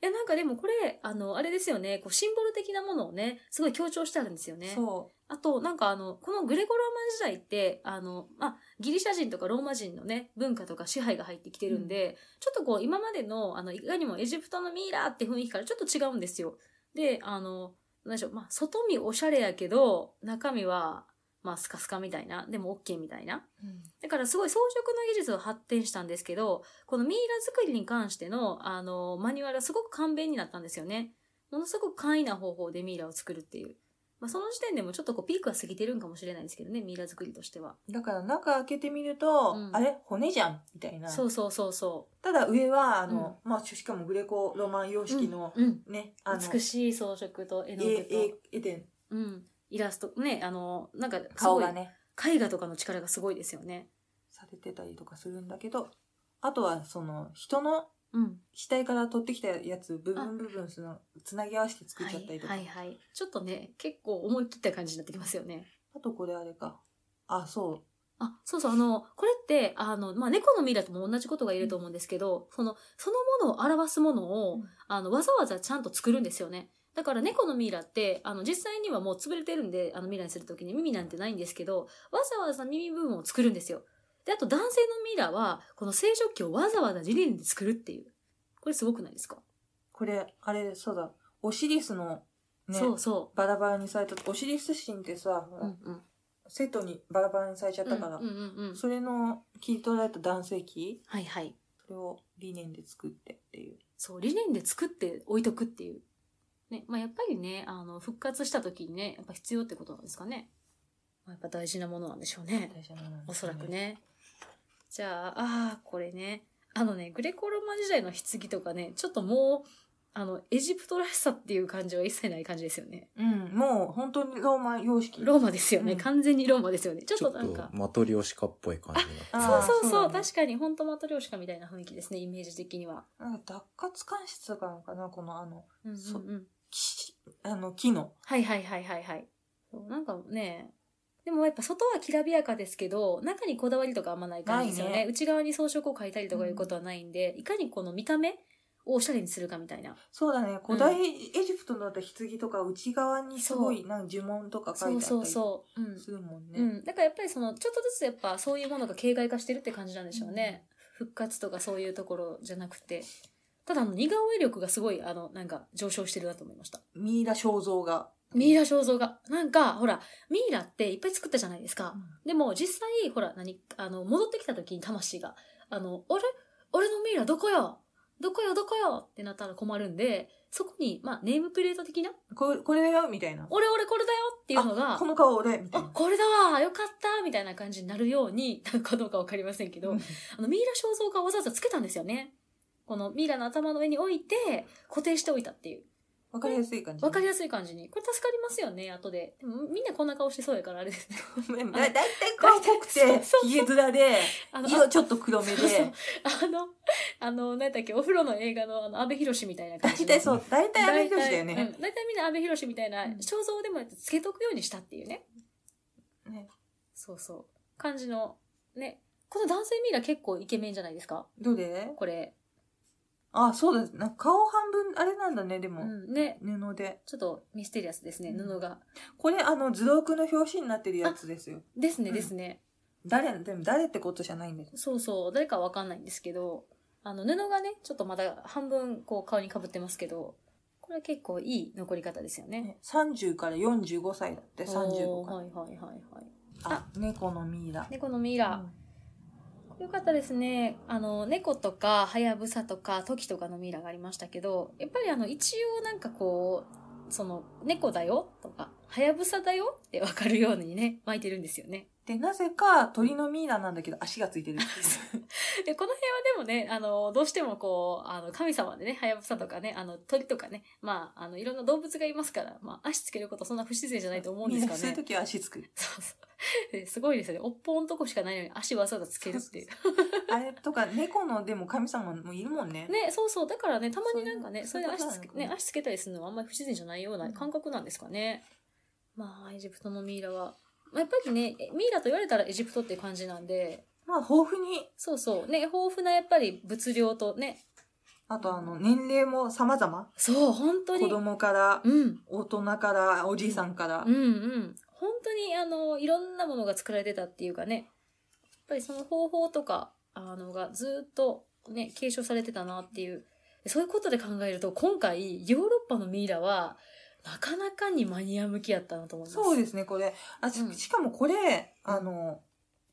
や、なんかでもこれ、あの、あれですよね、こう、シンボル的なものをね、すごい強調してあるんですよね。
そ
あと、なんかあの、このグレコローマン時代って、あの、まあ、ギリシャ人とかローマ人のね、文化とか支配が入ってきてるんで、ちょっとこう、今までの、あの、いかにもエジプトのミイラーって雰囲気からちょっと違うんですよ。で、あの、なんでしょう、まあ、外見おしゃれやけど、中身は、まあ、スカスカみたいな、でも OK みたいな。
う。
だからすごい装飾の技術を発展したんですけど、このミイラ作りに関しての、あの、マニュアルはすごく簡便になったんですよね。ものすごく簡易な方法でミイラを作るっていう。まあ、その時点でもちょっとこうピークは過ぎてるんかもしれないですけどね、ミイラ作りとしては。
だから中開けてみると、
うん
あれ骨じゃんみたいな。
そうそうそうそ
ただ上は、あの、まあ、しかもグレコロマン様式の、
う。うん。
ね、あの、
美しい装飾と絵の具と、
絵、絵で
うん、イラスト、ね、あの、なんかすごい
顔がね、
絵画とかの力がすごいですよね。
されてたりとかするんだけど、あとはその、人の
うん。
死体から取ってきたやつ、部分部分その、つなぎ合わせて作っちゃったりとか。
はいはいはい。ちょっとね、結構思い切った感じになってきますよね。
あとこれあれか。あ、そう。
あ、そうそう、あの、これって、あの、まあ、猫のミイラとも同じことが言えると思うんですけど、その、そのものを表すもの
う
を、
ん
あの、わざわざちゃんと作るんですよね。だから猫のミイラって、あの、実際にはもう潰れてるんで、あの、ミイラにするときに耳なんてないんですけど、わざわざ耳部分を作るんですよ。で、あと男性のミイラは、この生殖器をわざわざリネンで作るっていう。これすごくないですか、
これ、あれ、そうだ。オシリスの、ね、
そうそ
バラバラにされた、オシリス神ってさ、
う。うんうん。
セットにバラバラにされちゃったから、
うんうんうんうん。
それの切り取られた男性器、
はいはい。
それを理念で作ってっていう。
そう、理念で作って置いとくっていう。ね、まあやっぱりね、あの、復活した時にね、やっぱ必要ってことなんですかね。まあ、やっぱ大事なものなんでしょうね。
大事なものなん
お
です
そ
よ
らく。ね。じゃあ、ああ、これね。あのね、グレコローマン時代の棺とかね、ちょっともう、あの、エジプトらしさっていう感じは一切ない感じですよね。
うん、もう本当にローマ様式。
ローマですよね。
うん
完全にローマですよね。ちょっ
ちょ
と
っ
なんか
と、。マトリオシカっぽい感じ
あ
だ。
ー
そうそうそう
そうだね
確かに本当マトリョーシカみたいな雰囲気ですねイメージ的には、
なんか脱活管室とかなのかなこのあの、
うんうんうん
そ木、あの木の。
はいはいはいはいはいそうなんかねでもやっぱ外はきらびやかですけど中にこだわりとかあんまない感じですよ
な
ね
いね
内側に装飾を変えたりとかいうことはないんで、いかにこの見た目をおしゃれにするかみたいな
そうだね。古代エジプトのだったら棺とか内側にすごい
そ
なんか呪文とか書
そ
いうてあ
そ
った
う
り
そう、うん
するもんね。
うん、だからやっぱりそのちょっとずつやっぱそういうものが形骸化してるって感じなんでしょうね、復活とかそういうところじゃなくてただあの似顔絵力がすごいあのなんか上昇してるなと思いました
ミイラ肖像が。
ミイラ肖像画。なんか、ほら、ミイラっていっぱい作ったじゃないですか
う。ん
でも、実際、ほら、何、あの、戻ってきた時に魂が、あの、あれ俺のミイラどこよどこよどこよってなったら困るんで、そこに、まあ、ネームプレート的な、
これ、これよみたいな。
俺俺これだよっていうのが、
あこの顔俺みたい
あ
な、。
これだわよかったみたいな感じになるように、かどうかわかりませんけど、
うん
あの、ミイラ肖像画をわざわざつけたんですよね。このミイラの頭の上に置いて、固定しておいたっていう。
わかりやすい感じ。
わかりやすい感じに。これ助かりますよね、後で。でもみんなこんな顔してそうやから、あれですね。
だだいたい顔濃く
そう
て
そう、
ひげ面で、
あの、
色ちょっと黒目
そうそう
で、
あの、あの、なんだっけ、お風呂の映画の、あの、安部寛みたいな感じ
大体
の。
そう、大体あれ表紙だよ
大体う
ね。
ん大体みんな安部寛みたいな、
うん
肖像でもやってつけとくようにしたっていうね。
ね
そうそう。感じの、ね。この男性ミイラ結構イケメンじゃないですか
どれ
これ。
あ、そうだ。なんか顔半分、あれなんだね、で
う
も。
ん。ね。
布で。
ちょっとミステリアスですね、
うん
布が。
これ、あの、図録の表紙になってるやつですよ。
ですね、
うん
ですね。
誰、でも誰ってことじゃないんです。
そうそう、誰かわかんないんですけど、あの、布がね、ちょっとまだ半分、こう、顔にかぶってますけど、これは結構いい残り方ですよね。
ね30から45歳だって、35
おー
か
はいはいはいはい。
ら。あ、猫のミイラ。
猫のミイラ、よかったですね。あの、猫とか、ハヤブサとか、トキとかのミイラがありましたけど、やっぱりあの、一応なんかこう、その、猫だよとか、ハヤブサだよってわかるようにね、巻いてるんですよね。
で、なぜか鳥のミイラなんだけど足がついてるっていう。
で、この辺はでもね、あの、どうしてもこう、あの、神様でね、ハヤブサとかね、あの、鳥とかね、まあ、あの、いろんな動物がいますから、まあ、足つけることそんな不自然じゃないと思うんですか
そういう
ね。
時は足つく。
そうそう。ですごいですよね。おっぽんとこしかないのに足わざわざつけるっていう。
あれとか、猫のでも神様もいるもんね。
ね、そうそう。だからね、たまになんかね、そ
そうう
い
いうう
足つけ
そういうことなの、かな
ね、足つけたりするのはあんまり不自然じゃないような感覚なんですかね。まあ、エジプトのミイラは。まあやっぱりね、えミイラと言われたらエジプトって感じなんで、
まあ、豊富に、
そうそう。ね、豊富なやっぱり物量とね、
あとあの、年齢も様々。
そう、本当に。
子供から、
うん。
大人から、おじいさんから
う。んうん。本当に、あの、いろんなものが作られてたっていうかね、やっぱりその方法とか、あの、がずっとね、継承されてたなっていう。そういうことで考えると、今回、ヨーロッパのミイラは、なかなかにマニア向きやったなと思います。。
そうですすね、これ。あ、し
うん
しかもこれ、あの、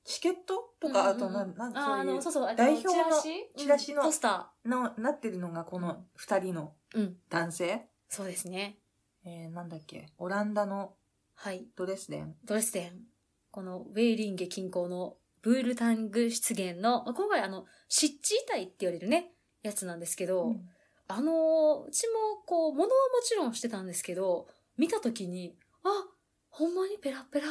チケットとか、あと、な、なん
ああ
そうい
の、
う
そうそう、あ
代表の
チ
チ
ラ
ラ
シ
シ
の
の
ポスタ
な、なってるのがこの二人の
ー。うん。
男性。
そうですね。
えー、なんだっけ、オランダの
はい。
ドレスデン。
ドレスデン。このウェーリンゲ近郊のブールタング湿原の、まあ今回あの、湿地遺体って言われるね、やつなんですけど、あのーうちもこう、物はもちろんしてたんですけど、見たときに、あ、ほんまにペラペラ、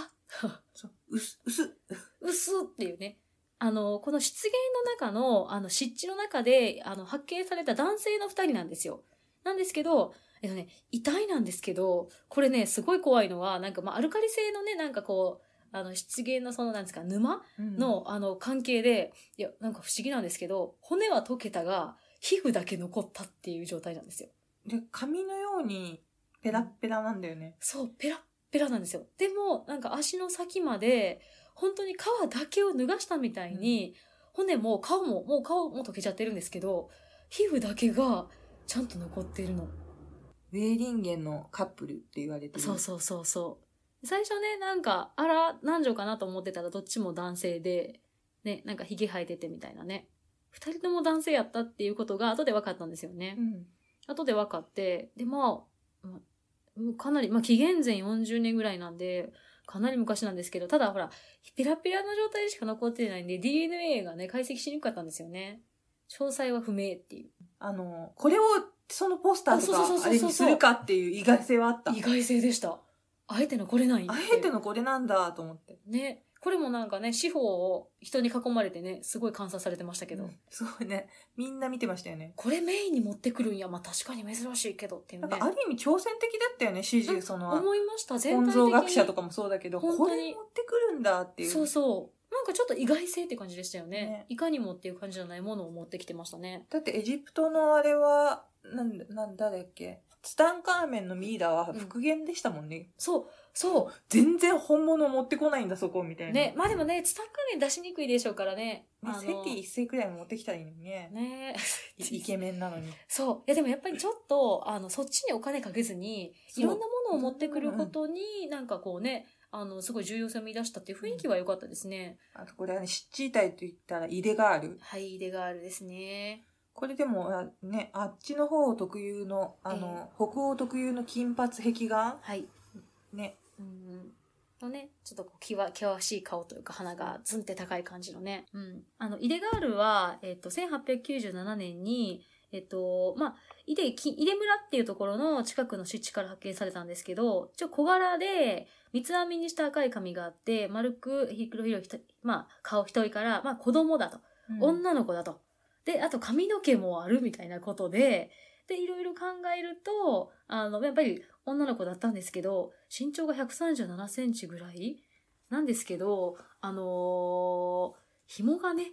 そう、薄、薄。
薄っていうね。あのーこの湿原の中の、あの、湿地の中で、あの、発見された男性の二人なんですよ。なんですけど、えっとね、遺体なんですけど、これね、すごい怖いのは、なんか、まあ、アルカリ性のね、なんかこう、あの、湿原のその、なんですか、沼
うん
の、あの、関係で、いや、なんか不思議なんですけど、骨は溶けたが、皮膚だけ残ったっていう状態なんですよ。
で、髪のように、ペラッペラなんだよね。
そう、ペラッペラなんですよ。でも、なんか足の先まで、本当に皮だけを脱がしたみたいに、骨も顔も、もう顔も溶けちゃってるんですけど、皮膚だけがちゃんと残ってるの。
ウェーリンゲンのカップルって言われてる。
そうそうそうそう。最初ね、なんか、あら、男女かなと思ってたらどっちも男性で、ね、なんか髭生えててみたいなね。二人とも男性やったっていうことが後で分かったんですよね。
うん。
後で分かって、で、まあ、まもうかなり、まあ、紀元前40年ぐらいなんで、かなり昔なんですけど、ただほら、ピラピラの状態しか残ってないんで、DNA がね、解析しにくかったんですよね。詳細は不明っていう。
あの、これをそのポスターと
あそうそうそうそう
かあ
そう
れにするかっていう意外性はあった。
意外性でした。あえてのこれない
あえてのこれなんだと思って。
ね。これもなんかね、司法を人に囲まれてね、すごい観察されてましたけど、
うんすごいね。みんな見てましたよね。
これメインに持ってくるんや、まあ確かに珍しいけどっていう
な
ね
ん。かある意味挑戦的だったよね、始
うん
終その。
思いました、全
本
体的に。
草学者とかもそうだけど、
本
こ
当に
れ持ってくるんだっていう。
そうそう。なんかちょっと意外性って感じでしたよね。
ね
いかにもっていう感じじゃないものを持ってきてましたね。
だってエジプトのあれは、なんだ、なんだだっけ。ツタンカーメンのミイラは復元でしたもんね。
そう、そ。
全然本物持ってこないんだ、そこ、みたいうな。
ね、まあでもね、ツタンカーメン出しにくいでしょうからね。
まあ、
あ
セテ
の
ィ一世くらい持ってきたらいいのにね。
ね
いイケメンなのに。
そう。いやでもやっぱりちょっと、あの、そっちにお金かけずに、いろんなものを持ってくることに、なんかこうね、あの、すごい重要性を見出したっていう雰囲気は良かったですね。
あとこれはね、湿地帯と言ったらイデガール。
はい、出があるですね。
これでも、あね、あっちの方特有の、あの、北欧特有の金髪壁画
はい。
ね。
うん。のね、ちょっとこう、きわ、険しい顔というか、鼻がズンって高い感じのね。うん。あの、イデガールは、えっと、1897年に、えっと、まあ、井出、き井出村っていうところの近くの湿地から発見されたんですけど、一応小柄で、三つ編みにした赤い髪があって、丸く広々ひと、まあ、顔一人から、まあ、子供だと。
うん
女の子だと。で、あと髪の毛もあるみたいなことで、で、いろいろ考えると、あの、やっぱり女の子だったんですけど、身長が137センチぐらいなんですけど、あのー紐がね、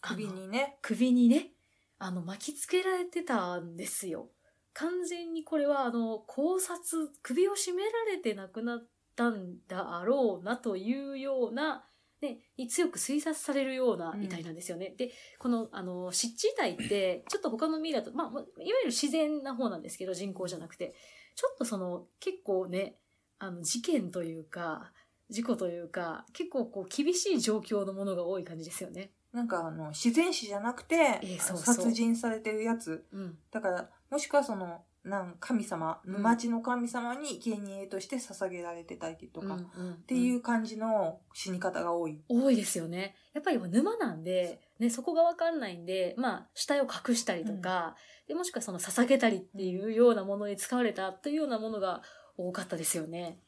あの
首にね。
首にね、あの、巻きつけられてたんですよ。完全にこれは、あの、考察、首を絞められて亡くなったんだろうなというような、ね、に強く推察されるような遺体なんですよね。で、この、あの、湿地遺体って、ちょっと他のミイラと、まあ、まあいわゆる自然な方なんですけど、人工じゃなくて、ちょっとその、結構ね、あの、事件というか、事故というか、結構こう、厳しい状況のものが多い感じですよね。
なんかあの、自然死じゃなくて、
ええ
あの
そうそう
殺人されてるやつ。
うん。
だから、もしくはその、なん神様、
うん
町の神様に生贄として捧げられてたりとか、
う
っ
んうんって
いう感じの死に方が多い。
多いですよね。やっぱり沼なんで、ね、そこがわかんないんで、まあ、死体を隠したりとか、でもしくはその捧げたりっていうようなものに使われたというようなものが多かったですよね。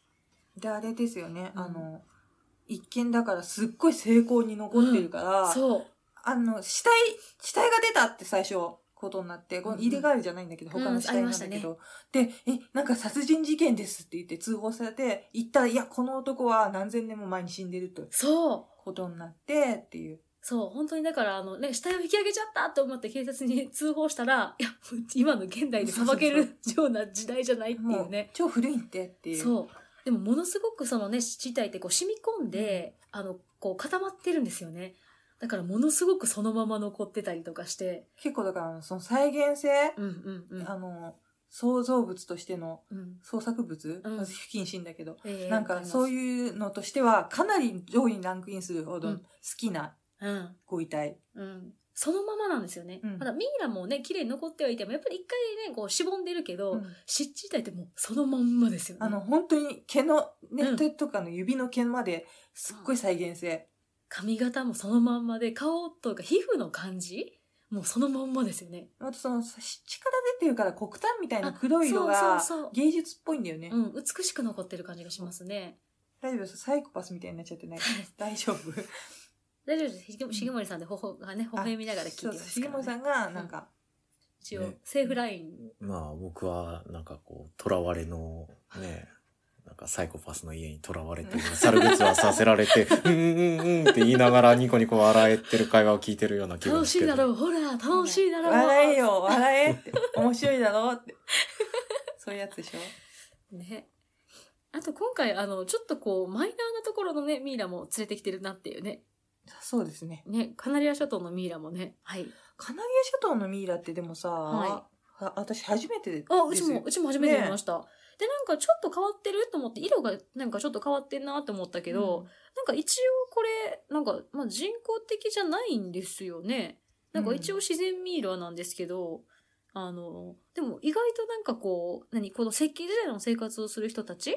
で、あれですよね、
うん
あの、一見だからすっごい成功に残ってるから、
そう。
あの、死体、死体が出たって最初、ことになって、こ
う
の
ん
入れ替えるじゃないんだけど、
うん
他の死体なんだけど、で、え、なんか殺人事件ですって言って通報されて、行ったら、いや、この男は何千年も前に死んでると、
そう。
ことになって、っていう。
そう、本当にだから、あの、ね、死体を引き上げちゃったと思って警察に通報したら、いや、もう今の現代で裁けるような時代じゃないってい
も
う
う、
ね。
超古いんでっていう。
そう。でも、ものすごくそのね、死体ってこう染み込んで、あの、こう固まってるんですよね。だから、ものすごくそのまま残ってたりとかして、
結構だから、その再現性、
うんうんうん
あの、創造物としての
うん。
創作物、
うん
不謹慎だけど、
えー
なんかそう
う。
いうのとしては、かなり上位にランクインするほ
う
ど
ん
好きな
うん。
ご遺体。
うん。そのままなんですよね。
うん
ただミイラもね、綺麗に残ってはいても、やっぱり一回ね、こう、しぼんでるけど、
うん
湿地帯ってもうそのまんまですよね。
あの、本当に毛の、ね、
うん
手とかの指の毛まで、すっごい再現性。
髪型もそのまんまで、顔とか皮膚の感じもうそのまんまですよね。
あとその、湿地から出てるから黒炭みたいな黒い色
あ
が、
そうそう
芸術っぽいんだよね
そ。う。うん、美しく残ってる感じがしますね。
大丈夫です。サイコパスみたいになっちゃって ない。大丈夫。
大丈夫です。ひげ重森さんで、ほほがね、ほほ笑みながら聞いて
あそう
ま
そう
す
杉
から、
本
ね。
さんが、なんか、
一応
ね、
セーフライン。
まあ僕はなんかこう、囚われのね、なんかサイコパスの家に囚われて、猿靴はさせられて、 うんうんうんうんって言いながらニコニコ笑えてる会話を聞いてるような気分
楽
で
し
す
い
けど。
だろう、ほら、楽しいだろう。
笑え よ、笑えって、面白いだろうって。そういうやつでし ょ
ね。あと今回、あの、ちょっとこう、マイナーなところのね、ミイラも連れてきてるなっていうね。
そうですね。
ね、カナリア諸島のミイラもね。はい。
カナリア諸島のミイラってでもさ、
は
あ私初めてです
あ、
よ。
うちも、うちも初めて見ました。で、なんかちょっと変わってると思って、色がなんかちょっと変わってんなと思ったけど、なんか一応これ、なんか、まあ、人工的じゃないんですよね。なんか一応自然ミイラなんですけど、あの、でも意外となんかこう、何、この石器時代の生活をする人たち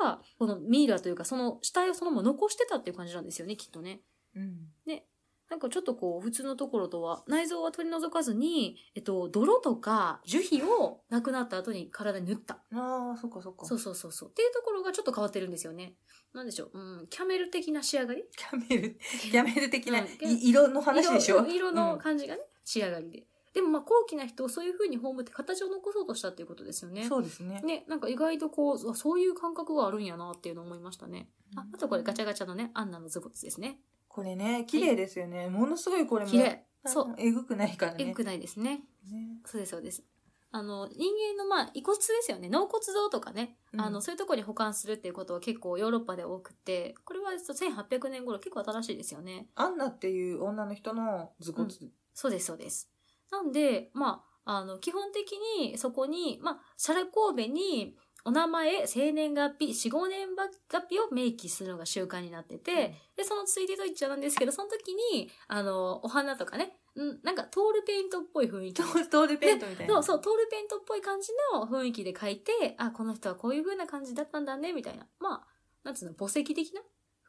が、このミイラというか、その死体をそのまま残してたっていう感じなんですよね、きっとね。
うん、うん。
だなんかちょっとこう、普通のところとは、内臓は取り除かずに、えっと、泥とか樹皮を亡くなった後に体に塗った。
ああ、そっかそっか。
そうそうそうそう。っていうところがちょっと変わってるんですよね。なんでしょう。うん、キャメル的な仕上がり
キャメ ル、キャメル的な、
うん
い色の話でしょ
色色の
うん
感じがね、仕上がりで。でもまあ高貴な人をそういう風に葬って形を残そうとしたっていうことですよね。
そうですね。
ね、なんか意外とこう、そうそういう感覚があるんやなっていうのを思いましたね。ああとこれガチャガチャのね、アンナのズボツですね。
これね、綺麗ですよね。ものすごいこれも。
綺麗。
あの
そう。。
えぐくないからね。
えぐくないですね。
ね
そうです、そうです。あの、人間のまあ、遺骨ですよね。納骨堂とかね。
うん
あの、そういうところに保管するっていうことは結構ヨーロッパで多くて、これは1800年頃結構新しいですよね。
アンナっていう女の人の頭骨。
そうです、そうです。なんで、まあ、あの、基本的にそこに、まあ、シャラ神戸に、お名前、生年月日、4、5年月日を明記するのが習慣になってて、で、そのついでと言っちゃなんですけど、その時に、あの、お花とかね、うん、なんかトールペイントっぽい雰囲気
ト。ートールペントみたいな。
そう、そう、トールペイントっぽい感じの雰囲気で書いて、あ、この人はこういう風な感じだったんだね、みたいな。まあ、なんつうの、墓石的な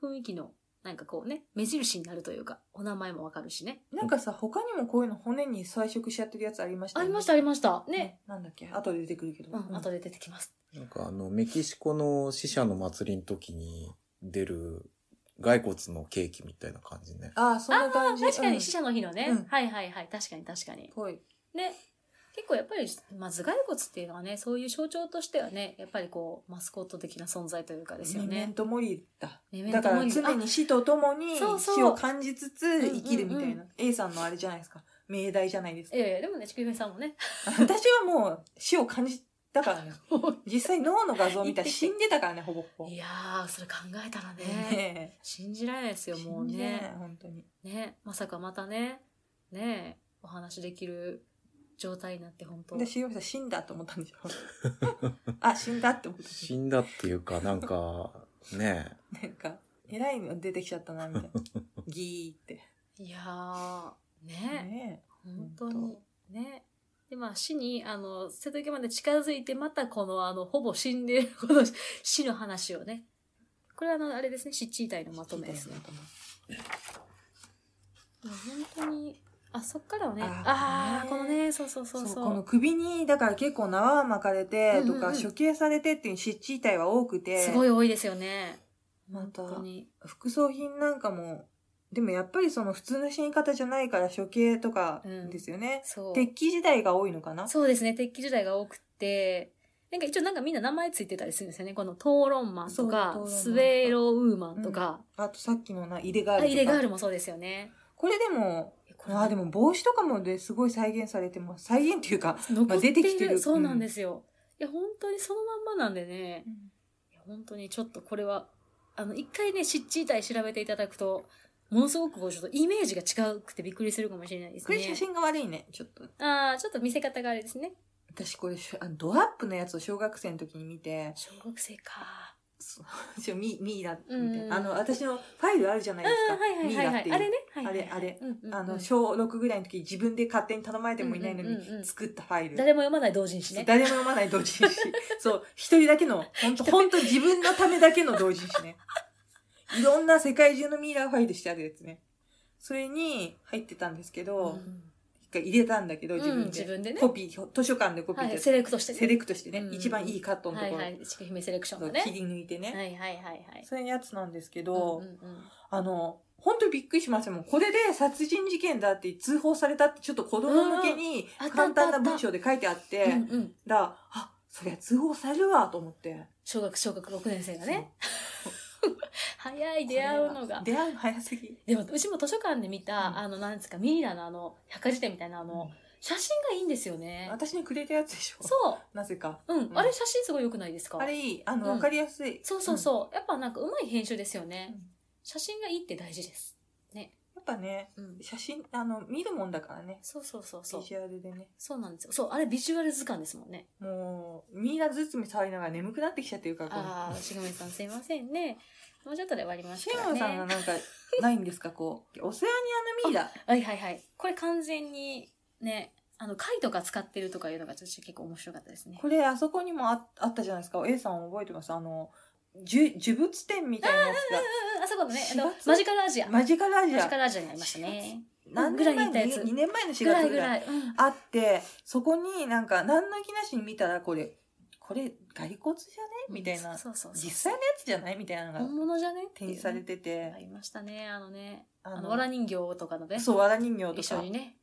雰囲気の、なんかこうね、目印になるというか、お名前もわかるしね。
なんかさ、他にもこういうの骨に彩色しちゃってるやつありました
あ
よ
り
ね
ました、ありました。ね。。
なんだっけ後で出てくるけど。
うん、後
で。
で出てきます。
なんかあの、メキシコの死者の祭りの時に出る骸骨のケーキみたいな感じね。
ああ、そんな感じ。
確か
うん
に死者の日のね。
うん
はいはいはい。確かに確かに。
ぽい。
ね。結構やっぱり、まず骸骨っていうのはね、そういう象徴としてはね、やっぱりこう、マスコット的な存在というかですよ
メメン
ね。
トモリだ。
メメン
だ
ト
か
モ
ら
リ
常に死とともに
そうそう
死を感じつつ
うんうん
生きるみたいな。A さんのあれじゃないですか。命題じゃないです
あ
か
い。やいや、でもね、ちくゆめさんもね、
私はもう死を感じたからね。実際脳の画像見たら死んでたからね、ほぼほぼ。
いやー、それ考えたらね、
ね
信じられないです
え
よ、もう
信じれない
ね。
本当に。
ね、まさかまたね、ね、お話できる状態になって、本当
で、塩見さん死んだと思ったんでしょ あ、死んだって思った。
死んだっていうか、なんか、ねえ。
なんか、偉いの出てきちゃったな、みたいな。ギーって。
いやー、ね、
ね
本当に。ね。で、まあ、死に、あの、瀬戸際まで近づいて、またこの、あの、ほぼ死んでるこの死の話をね。これは、あの、あれですね、湿地遺体の
え
まとめですね。
と思
もう本当に、あ、そっからはね、あ
あ
あ
ー
ー、このね、そうそう
そ
そうう
こ
そ
の
う。
首に、だから結構縄を巻かれて、
うんうんうん
とか、処刑されてっていう湿地遺体は多くて、
すごい多いですよね。
ま
本
た
当に。
副葬品なんかも、でもやっぱりその普通の死に方じゃないから処刑とかですよね。
そう。
鉄器時代が多いのかな
そうですね、鉄器時代が多くて、なんか一応なんかみんな名前ついてたりするんですよね。この討論マンと
そう討論マンと、か
かスウェーロウーマンとか、
あとさっきのな、イデガール
あ
とか。
イレガールもそうですよね。
これでも、
これ
ああ、でも帽子とかもですごい再現されてます。再現っていうか、
残って
出てきて
る。
る
そうなんですよ。いや、本当にそのまんまなんでね。いや本当にちょっとこれは、あの、一回ね、湿地遺体調べていただくと、ものすごくこう、ちょっとイメージが違うくてびっくりするかもしれないです
こ
ね
れ。写真が悪いね、ちょっと。
ああ、ちょっと見せ方があれですね。
私これ、しょあのドアップのやつを小学生の時に見て、
小学生か。
ちょミミイラみたい
うん
な。あの、私のファイルあるじゃな
あ
いです
あ
か。
ー、はいはいはい
ミ
は
イラってい
い。
う。
あれね。はいはいは
あ
い
れあれ。
うんうんうん
あの、小6ぐらいの時自分で勝手に頼まれてもいないの
うんうんうんうん
に作ったファイル。
誰も読まない同人誌
そう
ね。
誰も読まない同人誌。 そう、一人だけの、本当本当自分のためだけの同人誌ね。 いろんな世界中のミイラファイルしてあるやつね。それに入ってたんですけど、一回入れたんだけど、自
うん
分
自
で。
分でね。
コピー、図書館でコピー
は
ってや
い、
つ
セレクトしてね
セレクトしてね、
うん
一番いいカットのと
はい
ころ、
はい。ちくひめセレクション
そ
の
う
ね。
切り抜いてね、
はいはいはいはい。
そういうやつなんですけど、
うんうんうん
あの、本当にびっくりしましたもん。これで殺人事件だって通報されたってちょっと子供向けに
うんあったあ
簡
ったあった
単な文章で書いてあって、
うんうん
だから、あ、そりゃ通報されるわと思って。
小学、小学6年生がね。早
そ
い出会うの
これは
が。
出会うの早すぎ。
でも、うちも図書館で見た、
うん
あの、なんですか、ミイラのあの、百科事典みたいなあの、写真がいいんですよね。
私にくれたやつでしょ。
そ
なぜか。
う。うん。
うん
あれ写真すごい良くないですか
あれいい。あの、
うん
わかりやすい。
そうそ
う
う
ん。
そう。やっぱなんか上手い編集ですよね、
うん
写真がいいって大事です。
やっぱね、
うん。
写真、あの、見るもんだからね。
そうそうそうそう
ビ。ジュアルでね。
そうなんですよ。そう、あれビジュアル図鑑ですもんね。
もう、みんな包み触りながら眠くなってきちゃってるから、この
ああ、しぐめさんすいませんね。もうちょっとで終わりま
シ
すから
ェムさんが
ね。
なんか、ないんですか、こう。オセアニアのミイラ。
はいはいはい。これ完全にね、あの、貝とか使ってるとかいうのがちょっと結構面白かったですね。
これ、あそこにもああったじゃないですか。A さん覚えてますあの、呪呪物展みたいなや
うんうん、あそこのね、あの
4、月
マジカルアジ
つ
ア。
が、
マ
マジカルアジ
ジカ
ア、
ルアジアにありましたね。
何
ぐらい
年
に行
前
ったやつ
2, 年前の4
ぐら
月
い
ぐ
ぐ
らい
らい。うん
あって、そこになんか何の気なしに見たらこれ、これ骸骨じゃねみたいな、
そうそうそう。
実際のやつじゃないみたいなのが
本物じゃねって
展
いう
示されてて
あ、りましたね、あのね。
あ
あの、わら人形とかのね。
そう、わら人形と
一
か
緒に。ね。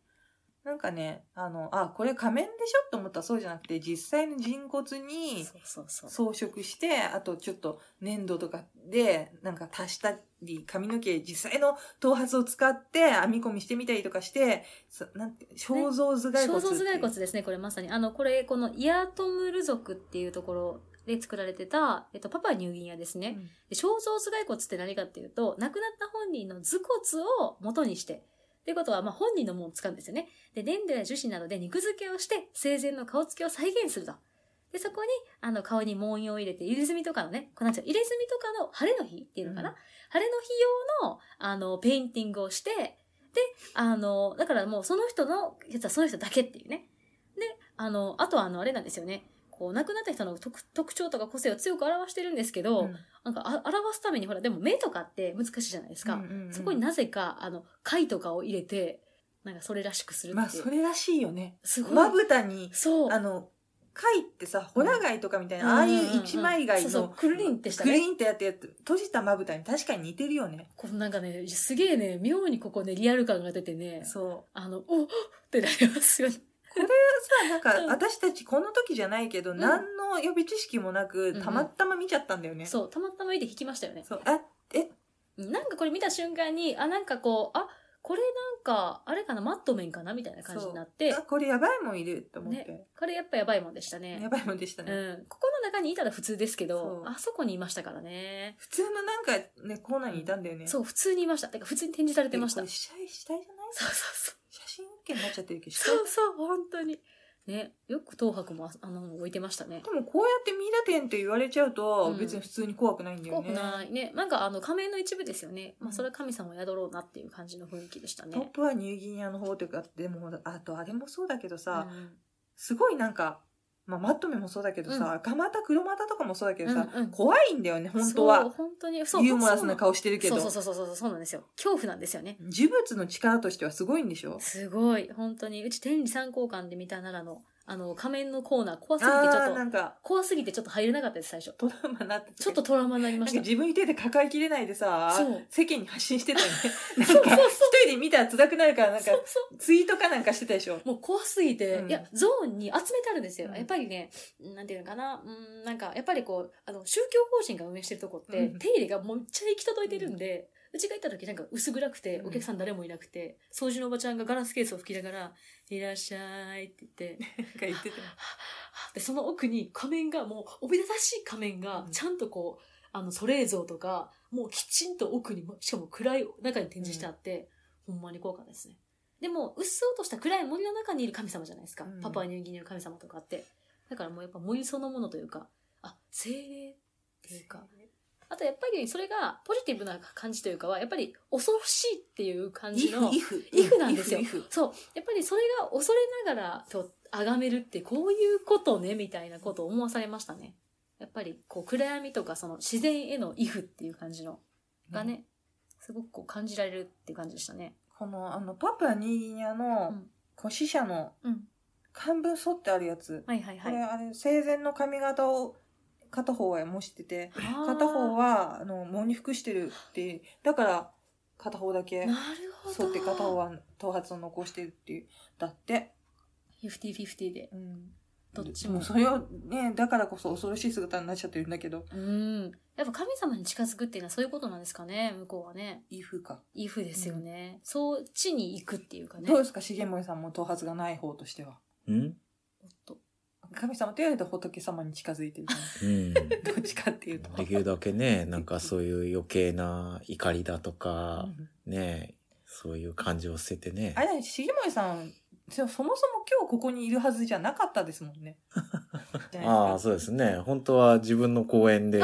なんかね、あの、あ、これ仮面でしょと思ったらそうじゃなくて、実際の人骨に
そうそうそう。
装飾して、あとちょっと粘土とかで、なんか足したり、髪の毛、実際の頭髪を使って編み込みしてみたりとかして、そなんて、肖像頭蓋骨
肖
っていう。
像頭蓋骨ですね、これまさに。あの、これ、このイアートムル族っていうところで作られてた、えっと、パパニューギニアですね。
うん
で肖像頭蓋骨って何かっていうと、亡くなった本人の頭骨を元にして、っていうことは、まあ、本人のものを使うんですよね。で、粘土や樹脂などで肉付けをして、生前の顔つきを再現すると。で、そこに、あの、顔に文様を入れて、入れ墨とかのね、こうなんていうの入れ墨とかの晴れの日っていうのかな、
うん
晴れの日用の、あの、ペインティングをして、で、あの、だからもうその人のやつはその人だけっていうね。で、あの、あとはあの、あれなんですよね。こう、亡くなった人の特特徴とか個性を強く表してるんですけど、
うん
なんかあ表すためにほら、でも目とかって難しいじゃないですか。
うんうんうん
そこになぜか、あの、貝とかを入れて、なんかそれらしくするっていう。
まあ、それらしいよね。
すごい。
まぶたに、
そう。
あの、貝ってさ、ホラ貝とかみたい
うん
な、ああい
んんん
う一枚貝
そうそう
の、
くるりんってした
クリ
ね。
ーンってやってやつ、閉じたまぶたに確かに似てるよね。
こうなんかね、すげえね、妙にここね、リアル感が出てね、
そう。
あの、おっってなりますよね。
さあなんか
うん
私たちこの時じゃないけど、
ん
何の予備知識もなく、
んうん
たまたま見ちゃったんだよね。
そう、たまたま見て弾きましたよね。
そう。あ、え、
なんかこれ見た瞬間に、あ、なんかこう、あ、これなんか、あれかな、マットメンかなみたいな感じになって
あ、、これやばいもんいると思って、
これやっぱやばいもんでしたね。
やばいもんでしたね。
うん。ここの中にいたら普通ですけど
そ、う
あそこにいましたからね。
普通のなんかね、コーナーにいたんだよね。う。
そう、普通にいました。てか普通に展示されてました。
これ
そう
死体、死体じゃない
そうそう。
写真 OK になっちゃってるけど、死体
そうそう、本当に。ね、よく東博もああの置いてましたね。
でもこうやってミイラ店って言われちゃうと
う、ん
別に普通に怖くないんだよ
怖
ね。
くないね。なんかあの仮面の一部ですよね。ま
う
あ
ん
それは神様を宿ろうなっていう感じの雰囲気でした
トッ
ね。
プはニューギニアの方とか、でも、あとあれもそうだけど
う
さ、
ん
すごいなんか、まあ、マットメもそうだけど
うん
さ、赤股、黒股とかもそうだけどさ、
うんうん
怖いんだよね、本当は
そう。本当に。そう
ユーモラスな顔してるけど。
そうそうそうそうそうそうなんですよ。恐怖なんですよね。
呪物の力としてはすごいんでしょ
すごい。本当に。うち天理参考館で見た奈良の、あの、仮面のコーナー怖すぎてち
ああー、な
ょっと、
んか、
怖すぎてちょっと入れなかったです、最初。
トラウマになってて
ちょっとトラウマになりま
なん
し
か
た。
自分一人で抱えきれないでさ
そう、
世間に発信してたよね。
そ
なん
うそう
か、
そう。
一人で見たら辛くなるから、なんか
そう、そう。
ツイートかなんかしてたでしょ。
もう怖すぎて、
うん
いや、ゾーンに集めてあるんですよ。
うん
やっぱりね、なんていうのかな、うん、なんか、やっぱりこう、あの、宗教法人が運営してるとこって、
うん
手入れがもうめっちゃ行き届いてるんで、うちが行った時なんか薄暗くて、
うん
お客さん誰もいなくて、掃除のおばちゃんがガラスケースを吹きながら、いらっしゃいって言って、
なんか言ってたよ。
で、その奥に仮面が、もう、おびただしい仮面が
う、ん
ちゃんとこう、あの、ソレー像とか、もうきちんと奥に、しかも暗い中に展示してあって、ほんまに怖かったですね。でも、うっそうとした暗い森の中にいる神様じゃないですか。
うん
パパニューギニアの神様とかって。だからもうやっぱ森そのものというか、あ、精霊っていうか、あとやっぱりそれがポジティブな感じというかは、やっぱり恐ろしいっていう感
イ
じの
フ、、イフ。
イフなんですよ
イフイフ
そう。やっぱりそれが恐れながらと崇めるってこういうことね、みたいなことを思わされましたね。やっぱりこう暗闇とかその自然へのイフっていう感じのがね、すごくこう感じられるっていう感じでしたね。
この、あの、パプアニューギニア
う
の
ん、
古死者の
うん。
漢文剃ってあるやつ。
はいはいは
こ
い
れ、。あれ、生前の髪型を、片方は模してて、片
片
方は、あの、喪に服してるって、だから、片方だけ
なる、ほど。
剃って片方。は頭髪を残してるっていう、だって。
50-50で。
うん。
どっち
も
も
う。それをね、だからこそ恐ろしい姿になっちゃってるんだけど、
うん。やっぱ神様に近づくっていうのはそういうことなんですかね、向こうはね。
いい風か。
イフですよね。そう、地に行くっていうかね。
どうですか、重森さんも頭髪がない方としては。
うん
おっと
神様と言われて仏様に近づいてる感
う
じ。
ん。
どっちかっていうと。
できるだけね、なんかそういう余計な怒りだとか
う、ん
ね、そういう感情を捨ててね
あ。れだね、重森さん、そそもそも今日ここにいるはずじゃなかったですもん ね。じゃ
あ
ない
あ、
ですか
そうですね。本当は自分の公演で、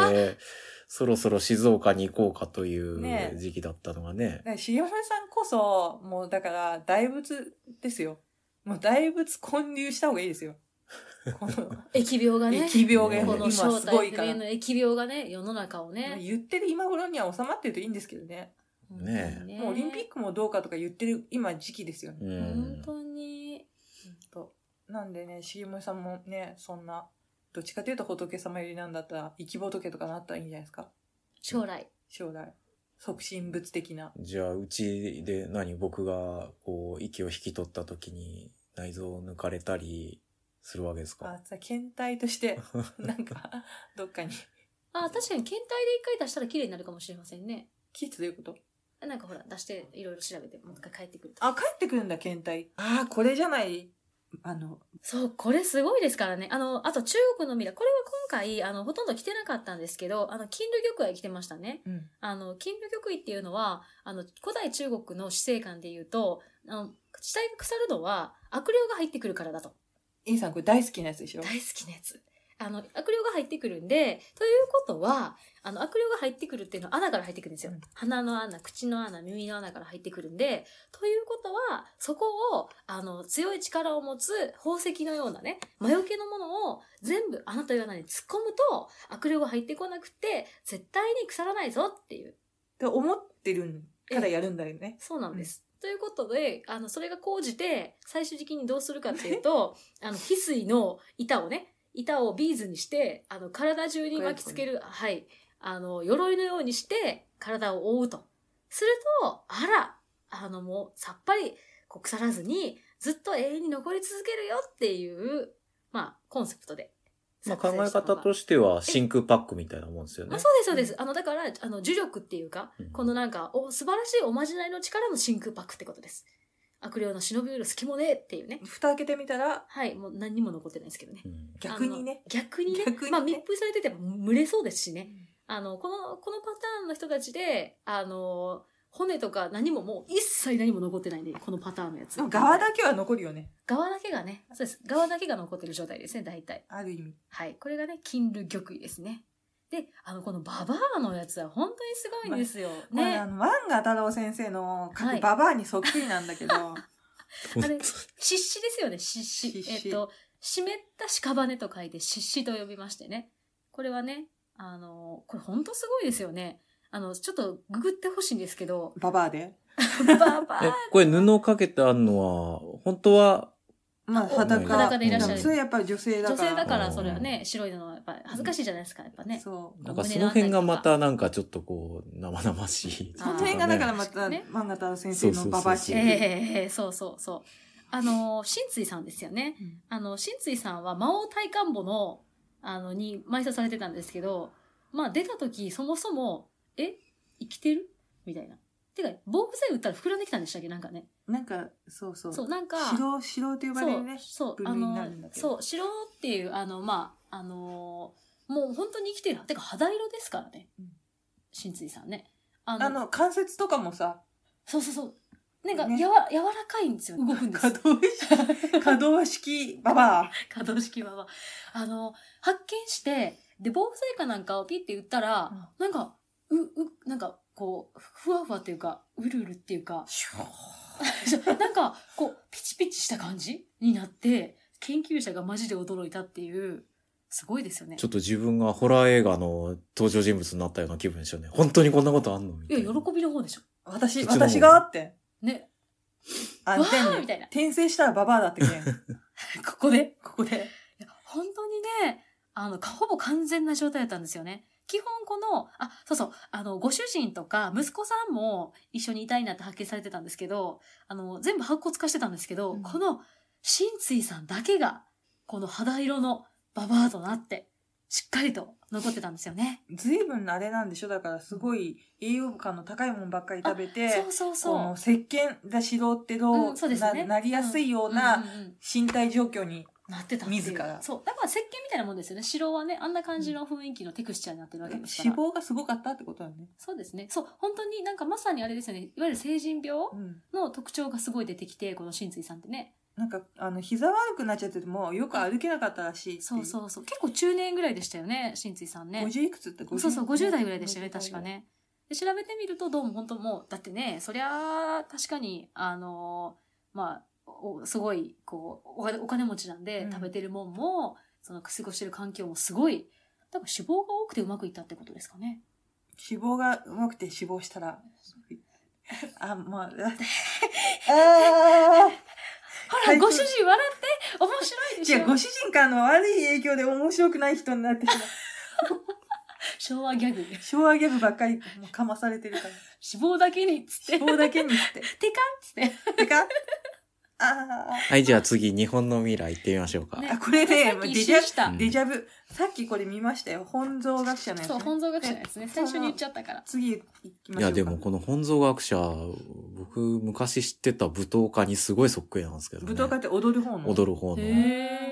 そろそろ静岡に行こうかとい
ね
う時期だったのが
だ。
ね
から重森さんこそ、 もうだから大仏ですよ。もう大仏建立した方がいいですよ。この
疫病がね。
疫病が
この
今
正
すご
体
い
不
から
明の。疫病がね、世の中をね。
言ってる今頃には収まってるといいんですけどね。
ねえ
もうオリンピックもどうかとか言ってる今時期ですよね。
う
ク本
ん。
当に。
ほんとなんでね、重森さんもね、そんな、どっちかというと仏様よりなんだったら、生き仏とかなったらいいんじゃないですか。
将来。
将来。促進物的な。
じゃあ、うちで何僕が、こう、息を引き取った時に内臓を抜かれたりするわけですか
あ、じゃあ検体と して、なんか、どっかに。
あ、確かに検体で一回出したら綺麗になるかもしれませんね。
キッズどういうこと
なんかほら、出していろいろ調べて、もう一回帰ってくると。
あ、帰ってくるんだ、検体。ああ、これじゃない。あの、
そう、これすごいですからね。あの、あと中国の未来。これは今回、あの、ほとんど来てなかったんですけど、あの、金魚玉は来てましたね。
うん。
あの、金魚玉衣っていうのは、あの、古代中国の死生観で言うと、あの、死体が腐るのは悪霊が入ってくるからだと。
インさん、これ大好きなやつでしょ
大好きなやつ。あの、悪霊が入ってくるんで、ということは、あの、悪霊が入ってくるっていうのは穴から入ってくるんですよ
うん。
鼻の穴、口の穴、耳の穴から入ってくるんで、ということは、そこを、あの、強い力を持つ宝石のようなね、魔除けのものを全部穴という穴に突っ込むと、悪霊が入ってこなくて、絶対に腐らないぞっていう。
って思ってるからやるんだよね。
そうなんです。ということで、あの、それが講じて、最終的にどうするかっていうと、 あの、翡翠の板をね、板をビーズにして、あの、体中に巻きつける、はい、あの、鎧のようにして、体を覆うと。すると、あら、あの、もう、さっぱり、こう腐らずに、ずっと永遠に残り続けるよっていう、まあ、コンセプトで。
まあ、考え方
して
としては、真空パックみたいなもんですよね
あ。そうです、そうです。あの、だから、あの、呪力っていうか、
うん
このなんか、お、素晴らしいおまじないの力も真空パックってことです。悪霊の忍び寄る隙もねえっていうね。
蓋開けてみたら、
はい、もう何にも残ってないですけどね。
うん
逆にね
あの。逆にね。
逆にね
まあ、密封されてても蒸れそうですしね。あの、この、このパターンの人たちで、あの、骨とか何ももう一切何も残ってないんで、このパターンのやつ。
でも側だけは残るよね。
側だけがね、そうです。側だけが残ってる状態ですね、大体。
ある意味。
はい。これがね、金類玉衣ですね。で、あの、このババアのやつは本当にすごいんですよ。
これ
ね
あ。の、漫画太郎先生の書
は
く
い
ババアにそっくりなんだけど、
あれ湿疹ですよね、湿疹。
湿疹、
えっと、湿った屍と書いて湿疹と呼びましてね。これはね、あの、これほんとすごいですよね。あの、ちょっとググってほしいんですけど
ババアで。
ババ
え
ア、
これ布をかけてあるのは、本当は、
まあ、
お
裸。
裸でいらっしゃる
でもそれやっぱり女性だ
女
から。
性だからそれはね、白いのはやっぱり恥ずかしいじゃないですか、やっぱね。
そう。
なんかその辺がまたなんかちょっとこう、生々しい。
その辺がだからまた、
あーね
漫画太郎先生のババアシリーズ
ええそうそうそう。あの、神髄さんですよね。
うん
あの、神髄さんは魔王体感簿の、あの、に埋葬されてたんですけど、まあ出た時、そもそも、え生きてるみたいな。てか、防腐剤打ったら膨らんできたんでしたっけなんかね。
なんか、そうそう。
そう、なんか、
白、白と呼ばれるね。
そう、そう、
分
あ
類に
の
なるんだ、けど
そう、白っていう、あの、まあ、あのーもう本当に生きてる。てか、肌色ですからね
うん。
神髄さんね。あの、
あの、関節とかもさ、
そうそうそう。なんか、
ね
やわ、柔らかいんですよ。動くんです
可。動 式、可動式ババア。
可動式ははあの、発見して、で、防腐剤かなんかをピッて打ったら、なんか、う、う、なんか、こう、ふわふわっていうか、うるうるっていうか、
シュー
なんか、こう、ピチピチした感じになって、研究者がマジで驚いたっていう、すごいですよね
ちょ。っと自分がホラー映画の登場人物になったような気分でしたね。本当にこんなことあんのみ
い
た
や、
い
喜
な。
びの方でしょ。
私、
こっちの方
私があって。
ね。
あ
わ
でも
ーみたいな。
転生したらババアだってね。
ここで。
ここで。
いや本当にね、あの、かほぼ完全な状態だったんですよね。基本この、あ、そうそう、あの、ご主人とか息子さんも一緒にいたいなって発見されてたんですけど、あの、全部白骨化してたんですけど、
うん
この、神髄さんだけが、この肌色のババアとなって、しっかりと残ってたんですよね。
随分あれなんでしょだからすごい栄養価の高いものばっかり食べて
そう、そう
こ
そ
の
う。
石鹸だしろってどう,、
うんそうですね
ななりやすいよう
うん
な
うんうん
身体状況に、
なってたっていう
自ら
そう。だから石鹸みたいなもんですよね。白はね、あんな感じの雰囲気のテクスチャーになってるわけですから。
脂肪がすごかったってことだよね。
そうですね。そう、本当になんかまさにあれですよね。いわゆる成人病
うん。
の特徴がすごい出てきて、この神髄さんってね。
なんか、あの、膝悪くなっちゃってても、よく歩けなかったらしいってい
そうそうそう。結構中年ぐらいでしたよね、神髄さんね。
50いくつって50
そうそう、50代ぐらいでしたよね、確か。ね。で、調べてみると、どうも本当もう、だってね、そりゃあ、確かに、あのーまあ、おすごいこうお金お金持ちなんで、
うん
食べてるもんもその過ごしてる環境もすごい多分脂肪が多くてうまくいったってことですかね。
脂肪がうまくて死亡した ら。あ、まあ、だって。あ
ほ
は
ら
い
ご主人笑って面白
ー
いで
違
し
う、ご
ょ
主人からの悪い影響で面白くない人になってしまう。
昭和ギャグ
昭和ギャグばっかりもうかまされてるから。
脂肪だけにっつって
脂肪だけにって。
テカっつ って
てか、あ
はい、じゃあ次、日本の未来行ってみましょうか。
あ。これね、
さっき
デ
一
ジ
緒
ャ
にした、
うん
ブ、デジャブ。さっきこれ見ましたよ。本草学者のやつ、
そう
ね。
本草学者のやつね
そ
最
う
初に言っちゃったから
次行きま
い
しょうか。
や、でもこの本草学者、僕、昔知ってた舞踏家にすごいそっくりなんですけど、ね。
舞踏家って踊る方の。
踊る方の。
へ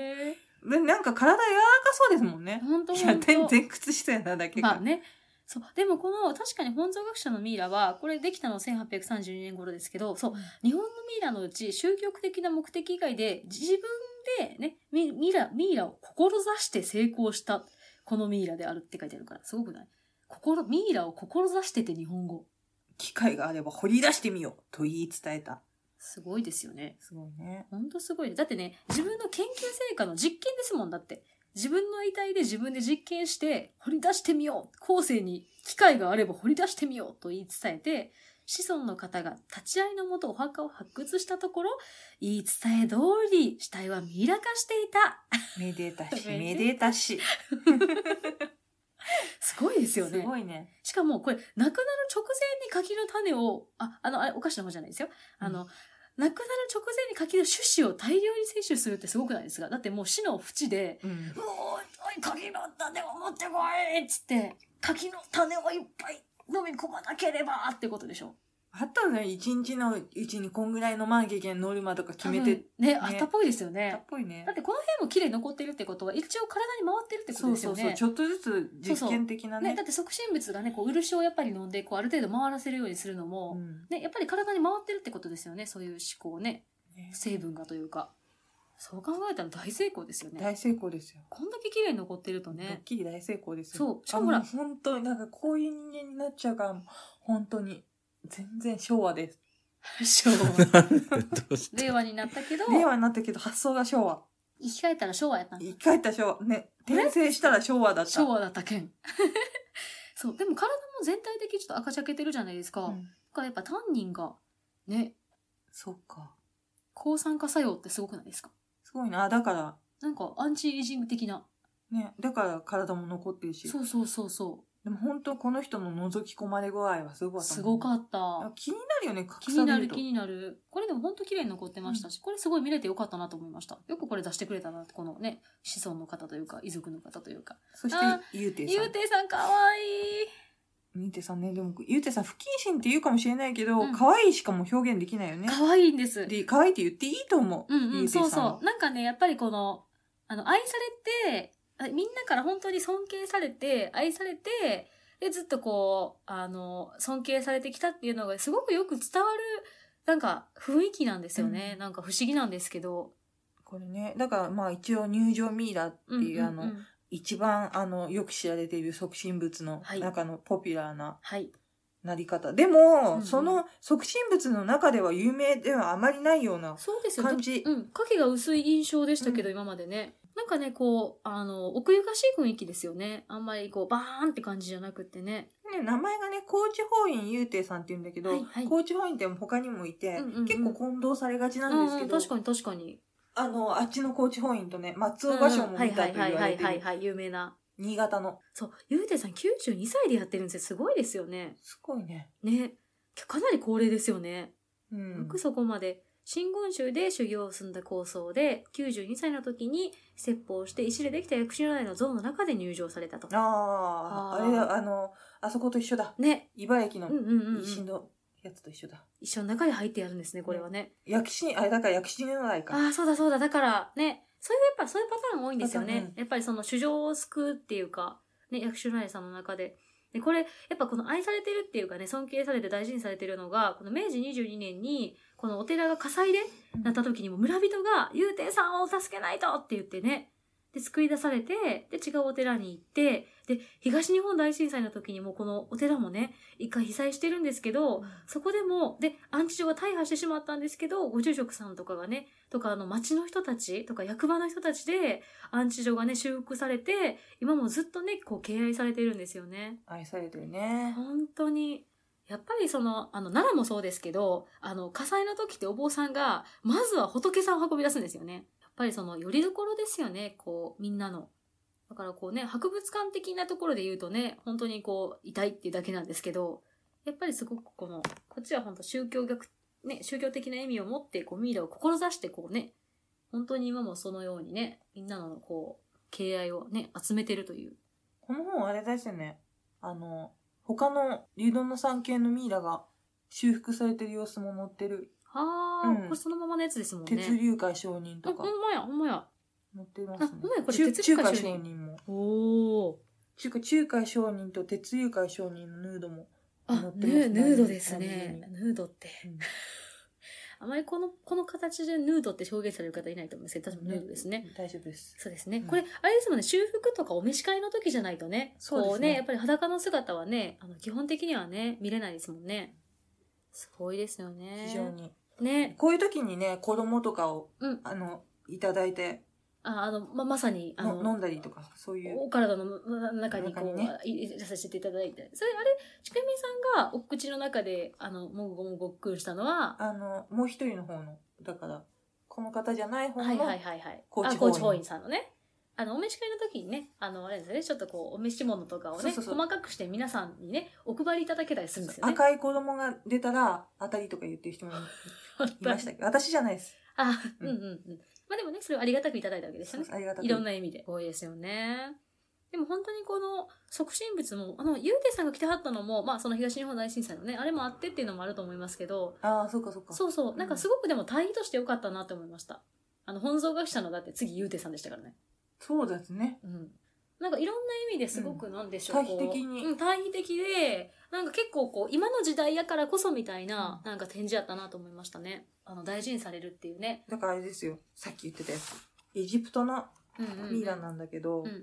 え
でなんか体柔らかそうですもんね。
本当
いや、
本当
全全屈してたなだけが。
まあね。そう。でもこの、確かに本草学者のミイラは、これできたの1832年頃ですけど、そう。日本のミイラのうち、宗教的な目的以外で、自分でね、ミミイラ、ミイラを志して成功した、このミイラであるって書いてあるから、すごくない心、ミイラを志してて日本語。
機会があれば掘り出してみようと言い伝えた。
すごいですよね。
すごいね。
ほんとすごいね。だってね、自分の研究成果の実験ですもんだって。自分の遺体で自分で実験して、掘り出してみよう後世に機会があれば掘り出してみようと言い伝えて、子孫の方が立ち会いのもとお墓を発掘したところ、言い伝え通り死体はミイラ化していた。
めでたし、
め
め
で
でたし。
すごいですよ
す
ね。
ごいね。し
しかもこれ、亡くなる直前に柿の種を、あ、あの、あれお菓子の方じゃないですよ。あの、亡くなる直前に柿の種子を大量に摂取するってすごくないですかだってもう死の淵で、
うん
もう、おい、柿の種を持ってこいっつって、柿の種をいっぱい飲み込まなければってことでしょ。
あったのね、一日のうちにこんぐらい飲まなきゃいけないノルマとか決めて
多分ね、あったっぽいですよ
た
ね
っ。ぽいね
だっ。てこの辺も綺麗に残ってるってことは、一応体に回ってるってこと
そう
です
そ
よ
うそう。
ね。
ちょっとずつ実験的な
ね、
ね
だ。って促進物がね、こう、漆をやっぱり飲んで、こう、ある程度回らせるようにするのも、
うん
ね、やっぱり体に回ってるってことですよね。そういう思考ね、
ね
成分がというか。そう考えたら大成功ですよね。
大成功ですよ。
こんだけ綺麗に残ってると
ド
ね
ッ。キリ大成功ですよ。
そうしかもほら
あう本当に、なんかこういう人間になっちゃうから、本当に、全然昭和です。
昭和
どうし
令和になったけど、
令和になったけど発想が昭和。
生き返ったら昭和やったんだ
生き返った昭和。ね。転生したら昭和だった。
昭和だったけん そうでも体も全体的にちょっと赤ちゃけてるじゃないですか、
う
だ
ん
からやっぱタンニンがね
そうか。
抗酸化作用ってすごくないですか
すごいな。あだから、
なんかアンチエイジング的な
ね。だから体も残ってるし。
そうそうそうそ
でも本当この人の覗き込まれ具合はすごかったもん
う
ね
すごかった
あ気になるよね、隠
気
さ
にな
れる
る
と。
気になるこれでもほんと綺麗に残ってましたし、これすごい見れてよかったなと思いましたよくこれ出してくれたなってこのね子孫の方というか遺族の方というか
そし
あ
て、ゆうてい
ゆ
さ。
うんていさんかわいい
ゆうていさんね、でも、ゆうていさん不謹慎って言うかもしれないけど、
うん
可愛いしかもう表現できないよね。
かわいいんです
で、可愛いって言っていいと思う。
うんう
ゆ
ん、
てい
そう
さんは
そう。なんかね、やっぱりこの、あの、愛されて、あみんなから本当に尊敬されて、愛されて、で、ずっとこう、あの、尊敬されてきたっていうのがすごくよく伝わる、なんか、雰囲気なんですよね。
うん
なんか不思議なんですけど。
これね、だからまあ一応入場ミイラって
うんうん
いう、
うん
あの、一番あの、よく知られている促進物の
はい
中のポピュラーな
はい。
なり方。で
うん
も、
うん
その促進物の中では有名ではあまりないような。
そうですよ
感じ
だうん。影が薄い印象でしたけど、
う
今までね。なんかね、こう、あの、奥ゆかしい雰囲気ですよね。あんまりこう、バーンって感じじゃなくってね。
ね、名前がね、高知法院ゆうていさんって言うんだけど、
はいはい
高知法院って他にもいて、
うんうんうん
結構混同されがちな
うん
です
んう
け
ん、
ど、
確かに確かに。
あの、あっちの高知法院とね、松尾芭蕉も見たと
は
言
い
わ
は
れ
いはい
て
はいはい
る、
はい、有名な。
新潟の。
そう、ゆうてさん92歳でやってるんですよ。すごいですよね。
すごいね。
ね。かなり高齢ですよね。
うん。
よくそこまで。真言宗で修行を済んだ構想で、92歳の時に説法して石でできた薬師如来の像の中で入場されたと。
ああ、
あー
あれだ、あの、あそこと一緒だ。
ね。
茨城の
うんうんうんうん。
石のやつと一緒だ。
一緒の中に入ってやるんですね、これはね。
薬師、あれだから薬師如来か。
ああ、そうだそうだ。だから、ね。そういう、やっぱそういうパターンが多いんですよ
パターン
ね
ね。
やっぱりその、主情を救うっていうか、ね、薬師如来さんの中で。で、これ、やっぱこの愛されてるっていうかね、尊敬されて大事にされてるのが、この明治22年に、このお寺が火災でなった時にも村人が、幽天さんを助けないとって言ってね。で、で、救い出されて、で、違うお寺に行って、で、東日本大震災の時にもこのお寺もね、一回被災してるんですけど、そこでも、で、安置所が大破してしまったんですけど、ご住職さんとかがね、とか、あの、町の人たち、とか、役場の人たちで、安置所がね、修復されて、今もずっとね、こう、敬愛されてるんですよね。
愛されてるね。
本当に。やっぱりその、あの、奈良もそうですけど、あの、火災の時ってお坊さんが、まずは仏さんを運び出すんですよね。やっぱりその、よりどころですよね、こう、みんなの。だからこうね、博物館的なところで言うとね、本当にこう、痛いっていうだけなんですけど、やっぱりすごくこの、こっちは本当宗教逆、ね、宗教的な意味を持って、こう、ミイラを志してこうね、本当に今もそのようにね、みんなのこう、敬愛をね、集めてるという。
この本あれですよね。あの、他のリュドンの産系のミイラが修復されてる様子も載ってる。
あー、
うん
これそのままのやつですもんね。
鉄流海商人とか
あほんまや、ほんまや。
載ってますね
あほんまやこ。れ
中
鉄流
中
海
海
商人
商人も。
おお。
中華中海商人と鉄流海商人のヌードも。
あ
乗、って
ヌ
ます
ー
ね
ヌードですね。ヌードって。
うん
あまりこの、この形でヌードって表現される方いないと思うんですけど、確かにヌードですね。。
大丈夫です。
そうですね。
うん
これ、あれですもんね、修復とかお召し替えの時じゃないとね、
そうですね
こうね、やっぱり裸の姿はね、あの基本的にはね、見れないですもんね。すごいですよね。
非常。に。
ね。
こういう時にね、子供とかを、
うん
あの、いただいて、
ああの、ま、まさに、あ
の飲
の、
んだりとか、そういう。
お体のま中にこ
中
う、
にね
い入れさせていただいて。それ、あれ、ちくみさんがお口の中で、あの、もぐもぐごっくんしたのは、
あの、もう一人の方の、だから、この方じゃない方
はいはい
の、
はいはい。
高知
あ
法院
高知法院さんのね。あの、お召し替えの時にね、あの、あれですね、ちょっとこう、お召し物とかをね、
そうそうそう
細かくして皆さんにね、お配りいただけたりするんですよね。
赤い子供が出たら、当たりとか言ってる人もいいましたけど、私じゃないです。
あ、
う
う
んん
うんうん。まあでもね、それをありがたくいただいたわけですよね。
ありがたく
いろんな意味で。多いですよね。でも本当にこの促進物も、あの、ゆうてさんが来てはったのも、まあその東日本大震災のね、あれもあってっていうのもあると思いますけど、
ああ、そうかそうか。
そうそう、
ん
なんかすごくでも対義としてよかったなって思いました。あの、本草学者のだって次ゆうてさんでしたからね。
そうですね。
うんなんかいろんな意味ですごくなんでしょう、
うん対比的に
こううん、対比的で、なんか結構こう、今の時代やからこそみたいな、なんか展示やったなと思いましたね。あの、大事にされるっていうね。
だからあれですよ。さっき言ってたやつ。エジプトの
うんうんうん
ミイラなんだけど、
うんうんう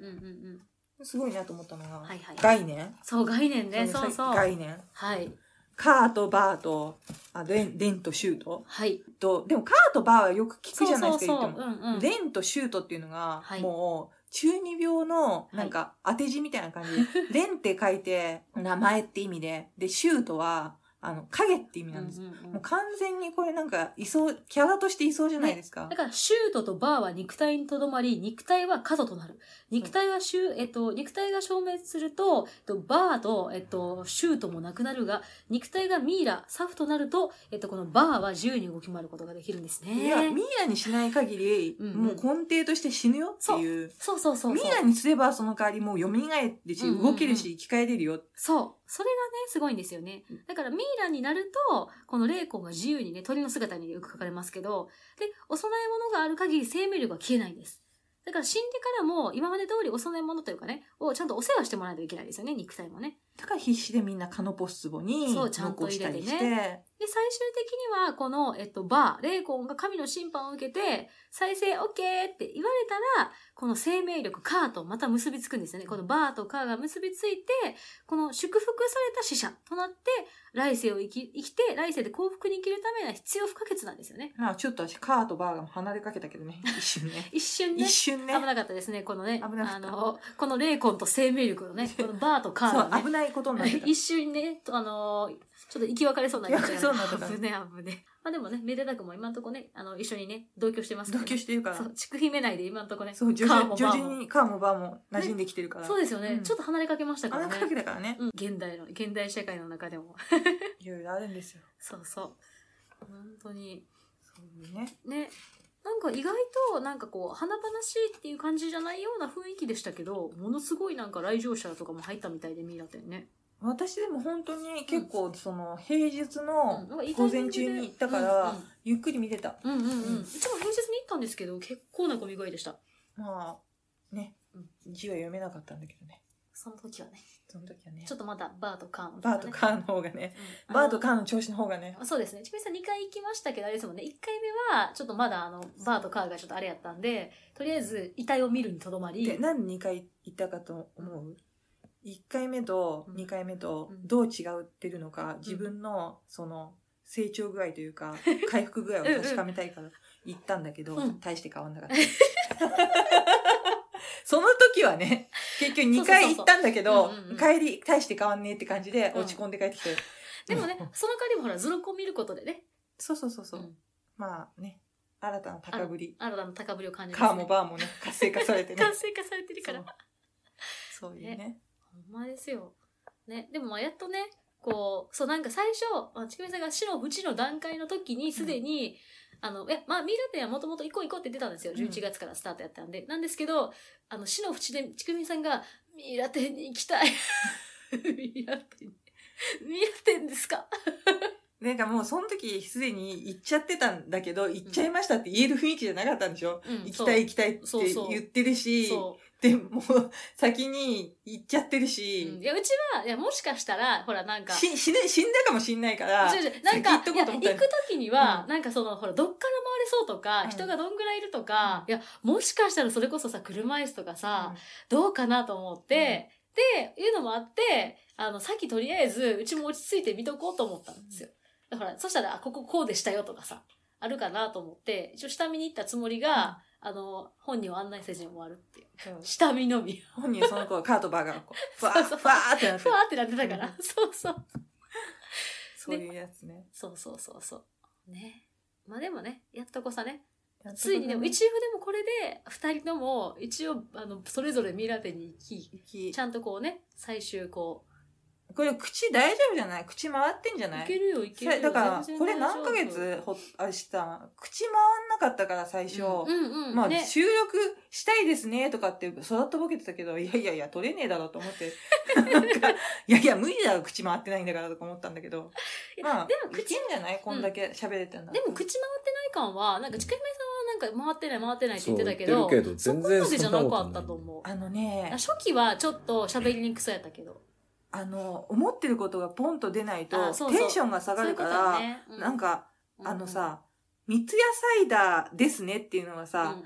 ん
すごいなと思ったのが、
うん。はいはい。
概念
そう、概念ね。そ
さ
うそ
っき
う。
概念。
はい。
カーとバーと、あ、レン、レンとシュート
はい。
と、でもカーとバーはよく聞くじ
そう
ゃない
そ
で
う
すか、言っ
そう。う
て
ん
も。
うん。
レンとシュートっていうのが、
はい
もう、中二病の、なんか、当て字みたいな感じで、 レンって書いて、名前って意味で、で、シュートは、あの、影って意味なんです。
うんうんうん
もう完全にこれなんか、いそう、キャラとしていそうじゃないですか。
だから、シュートとバーは肉体にとどまり、肉体は角となる。肉体はシュ、えっと、肉体が消滅すると、えっと、バーと、えっと、シュートもなくなるが、肉体がミイラ、サフとなると、えっと、このバーは自由に動き回ることができるんです
いや、
ね
ミ。イラにしない限り、
うんうん
もう根底として死ぬよっていう。
そうそうそうそう。
ミイラにすればその代わりもう蘇るし、
うんうんうん
動けるし、生き返れるよ。
そう。それがね、すごいんですよね。だからミイラになると、この霊魂が自由にね、鳥の姿によく書かれますけど、で、お供え物がある限り生命力が消えないんです。だから死んでからも、今まで通りお供え物というかね、をちゃんとお世話してもらわないといけないですよね、肉体もね。
だから必死でみんなカノポス壺に
そうちゃんと
残
入
し
れ
た
てね
りして、
で、最終的には、この、えっと、バー、霊魂が神の審判を受けて、再生 OK って言われたら、この生命力、カーとまた結びつくんですよね。このバーとカーが結びついて、この祝福された死者となって、来世を生き、生きて、来世で幸福に生きるためには必要不可欠なんですよね。。
まあちょっと私カーとバーが離れかけたけどね、一瞬ね
一瞬ね
一。瞬ね
危。なかったですね、このね。
危なか
あ
った
の、この霊魂と生命力のね、このバーと カ
そ
ー
う、
がね
危。ないことになってた。
一瞬ね、とあのーちょっと生き別れそうになっちゃう。
生き別れそうになった
危ねえ、危ねえ。まあでもね、めでたくも今んとこね、あの、一緒にね、同居してますか
同
ら、
居してるから
そ。う、地区姫内で今んとこね、
そう、徐
カ
々
ーも
に
バ
徐
ーも
々にカーもバーも馴染んできてるから。
そうですよね、
うん
ちょっと離れかけましたから
離れ。
ね
かけだからね。
うん、現代の、現代社会の中でも。
いろいろあるんですよ。
そうそう。本当に。
そういうね。
ね。なんか意外と、なんかこう、華々しいっていう感じじゃないような雰囲気でしたけど、ものすごいなんか来場者とかも入ったみたいでミイラ店ね。
私でも本当に結構その平日
うん
の
なんかいいタイ
午
ミ
前
ングで
中に行ったか
うんう
ら
ん
ゆっくり見てた。
うんうんう。
うんん
うちも平日に行ったんですけど、結構な混み具合でした。
まあ、ね
うん。
字は読めなかったんだけどね。
その時はね、
その時はね
ちょっとまだバーとカーン、
バーとカーンの方がね
うん
バーとカーンの調子の方がね
そうですね。ちみさん2回行きましたけど、あれですもんね。1回目は、ちょっとまだあの、バーとカーがちょっとあれやったんで、とりあえず遺体を見るにとどま
で
り、
何2回行ったかと思う1回目と
うん
2回目と
うん
どう違うってるのか自分のその成長具合という か回復具合を確かめたいから行ったんだけど
うん
大して変わんなかった その時はね結局2回行ったんだけど
そうそうそうそう
帰り大して変わんねえって感じで落ち込んで帰ってきて
でもね、その代わりもほら、図録を見ることでね、
そうそうそうそう
うん
まあね新たな高ぶり
新たな高ぶりを感じます、
カーもバーもね活性化されてね
活性化されてるから。ほ
そうそういうね
んまですよ。ね、でもまあやっとね、こう、そうなんか最初、まあちくみさんが死の淵の段階の時にすでに、あの、え、まあミーラペンはもともと行こう行こうって出たんですよ。
うん
11月からスタートやったんで。なんですけど、あの、死の淵でちくみさんが、ミーラテンに行きたい。 ミーラテンに。ミーラテンですか
なんかもうその時すでに行っちゃってたんだけど、行っちゃいましたって言える雰囲気じゃなかったんでしょ、
うん
行きたい行きたいって
そうそう
言ってるし、
そう。
でもう先に行っちゃってる
うん
し
い、や、うちは、いや、もしかしたら、ほら、なんか、
し死ぬ、死んだかもしんないから、
違う違うなんか
先行っとこうと思っ
いや
た
行く時には、
うん
なんかそのほらどっから回れそうとか、
うん
人がどんぐらいいるとか、いやもしかしたらそれこそさ車椅子とかさ、どうかなと思って、でいうのもあってあのさっきとりあえずうちも落ち着いて見とこうと思ったんですよ。だからそしたらあこここうでしたよとかさあるかなと思って一応下見に行ったつもりが、あの本人を案内せずに終わるっていう
うんうん
下見のみ。
本人はその子はカートバーガー こう、ふわ
そ
ー
うそう
ふわーってなって
ふわーってなってたから、
う
そうそう
そういうやつね。
そうそうそうそうねまあでもねやっとこさね
やっとこ
ついにでも
ね
一応でもこれで2人とも一応あのそれぞれミラベに行きちゃんとこうね最終こ
これ口大丈夫じゃない口回ってんじゃ
う、
ないい
けるよいけるよ
だから
全、然
これ
大丈
何
夫
ヶ月ほっあれしたん口回んなかったから最初。
うんうん、うん、
まあ、
ね
収録したいですねとかって育ったぼけてたけど、いやいやいや、取れねえだろうと思って、 なんか、いやいや、無理だろ、口回ってないんだからとか思ったんだけど、
いや
まあ、
でも
いけん
口
じゃないこんだけ喋れてんだ、
でも口回ってない感はなんか近いさんはなんか回ってない回ってないって言ってたけ
そ
ど
う言ってるけど
そこま
全
で
然
じ
そ
ゃ
んな
な
ことない
かったと思う
あのね、
初期はちょっと喋りにくそうやったけど
あの、思ってることがポンと出ないと、
あそうそう
テンションが下が
そういう
る
こ
か
と
ら、
だね、う
なんか、
うん
あのさ、三ツ矢サイダーですねっていうのが
うんう
さ、
ん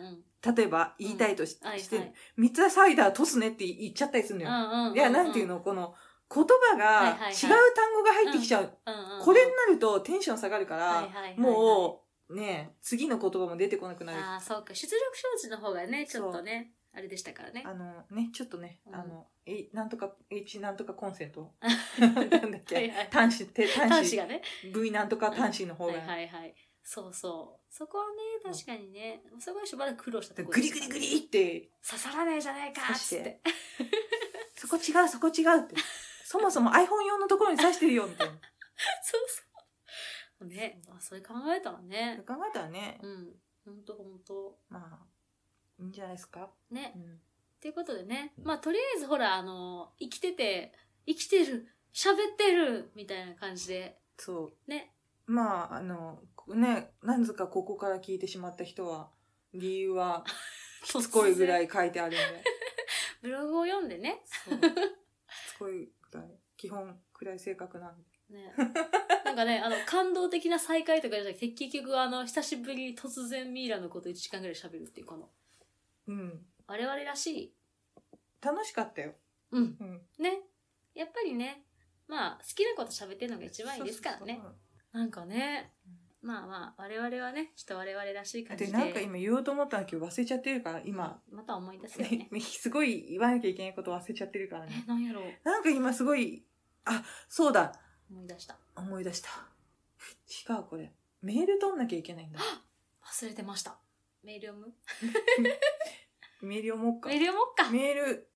例えば言いたいとし,、
はい
して、
はい
三ツ矢サイダーとすねって言っちゃったりするのよ。
うんうん
いや、なんていうの、この、言葉
はい
が
はいはい
違う単語が入ってきちゃう。
うんうんうん
これになるとテンション下がるか
はいはい
ら、
はいはい
もう、ね、次の言葉も出てこなくなる。
ああそうか出力表示の方がねちょっとねあれでしたからね
あの、ね、ちょっとね
う、ん
あの、え、なんとか、H なんとかコンセン ト。なんだっ
はい
け
はい
端子って、
端
端
子
子。
がね
V なんとか端子の方
は
が
い。はいはいそうそうそこは
うん
ね確かにねそこはしばらく苦労したとこ
グリグリグリって、
刺さらないじゃないかっ
刺し
つってて
そこ違う、そこ違うって。そもそも iPhone 用のところに刺してるよ、みたい な。
そうそうねまあそれ考えたらね
考えたらね
う、んほんとほんと
まあ、いいんじゃないですか。
ね
うん
っていうことでねまあとりあえずほらあの生きてて生きてる喋ってるみたいな感じで
そう。
ね
まあ、あの、ね、何故かここから聞いてしまった人は、理由は、しつこいぐらい書いてあるんで。
ブログを読んでね
そうしつこいぐらい。基本、暗い性格なんで。
ね、なんかねあの感動的な再会とかじゃなくて結局あの久しぶりに突然ミイラのこと1時間ぐらい喋るっていうこの
うん。
我々らしい
楽しかったよ。
うん
うん。
ねやっぱりねまあ好きなこと喋ってるのが一番いいですからね
そうそう
なんかねまあまあ我々はねちょっと我々らしい
そう。
感じ
で、
で
なんか今言おうと思ったんだけど忘れちゃってるから、今。
また思い出す よね
すごい言わなきゃいけないこと忘れちゃってるから
え
ね。
なんやろう
なんか今すごい、あ、そうだ。
思い出した
思い出した。違う、これ。メール取んなきゃいけないんだ。
忘れてましたメール読む
メール読もうか
メー。ル読もうか
メール、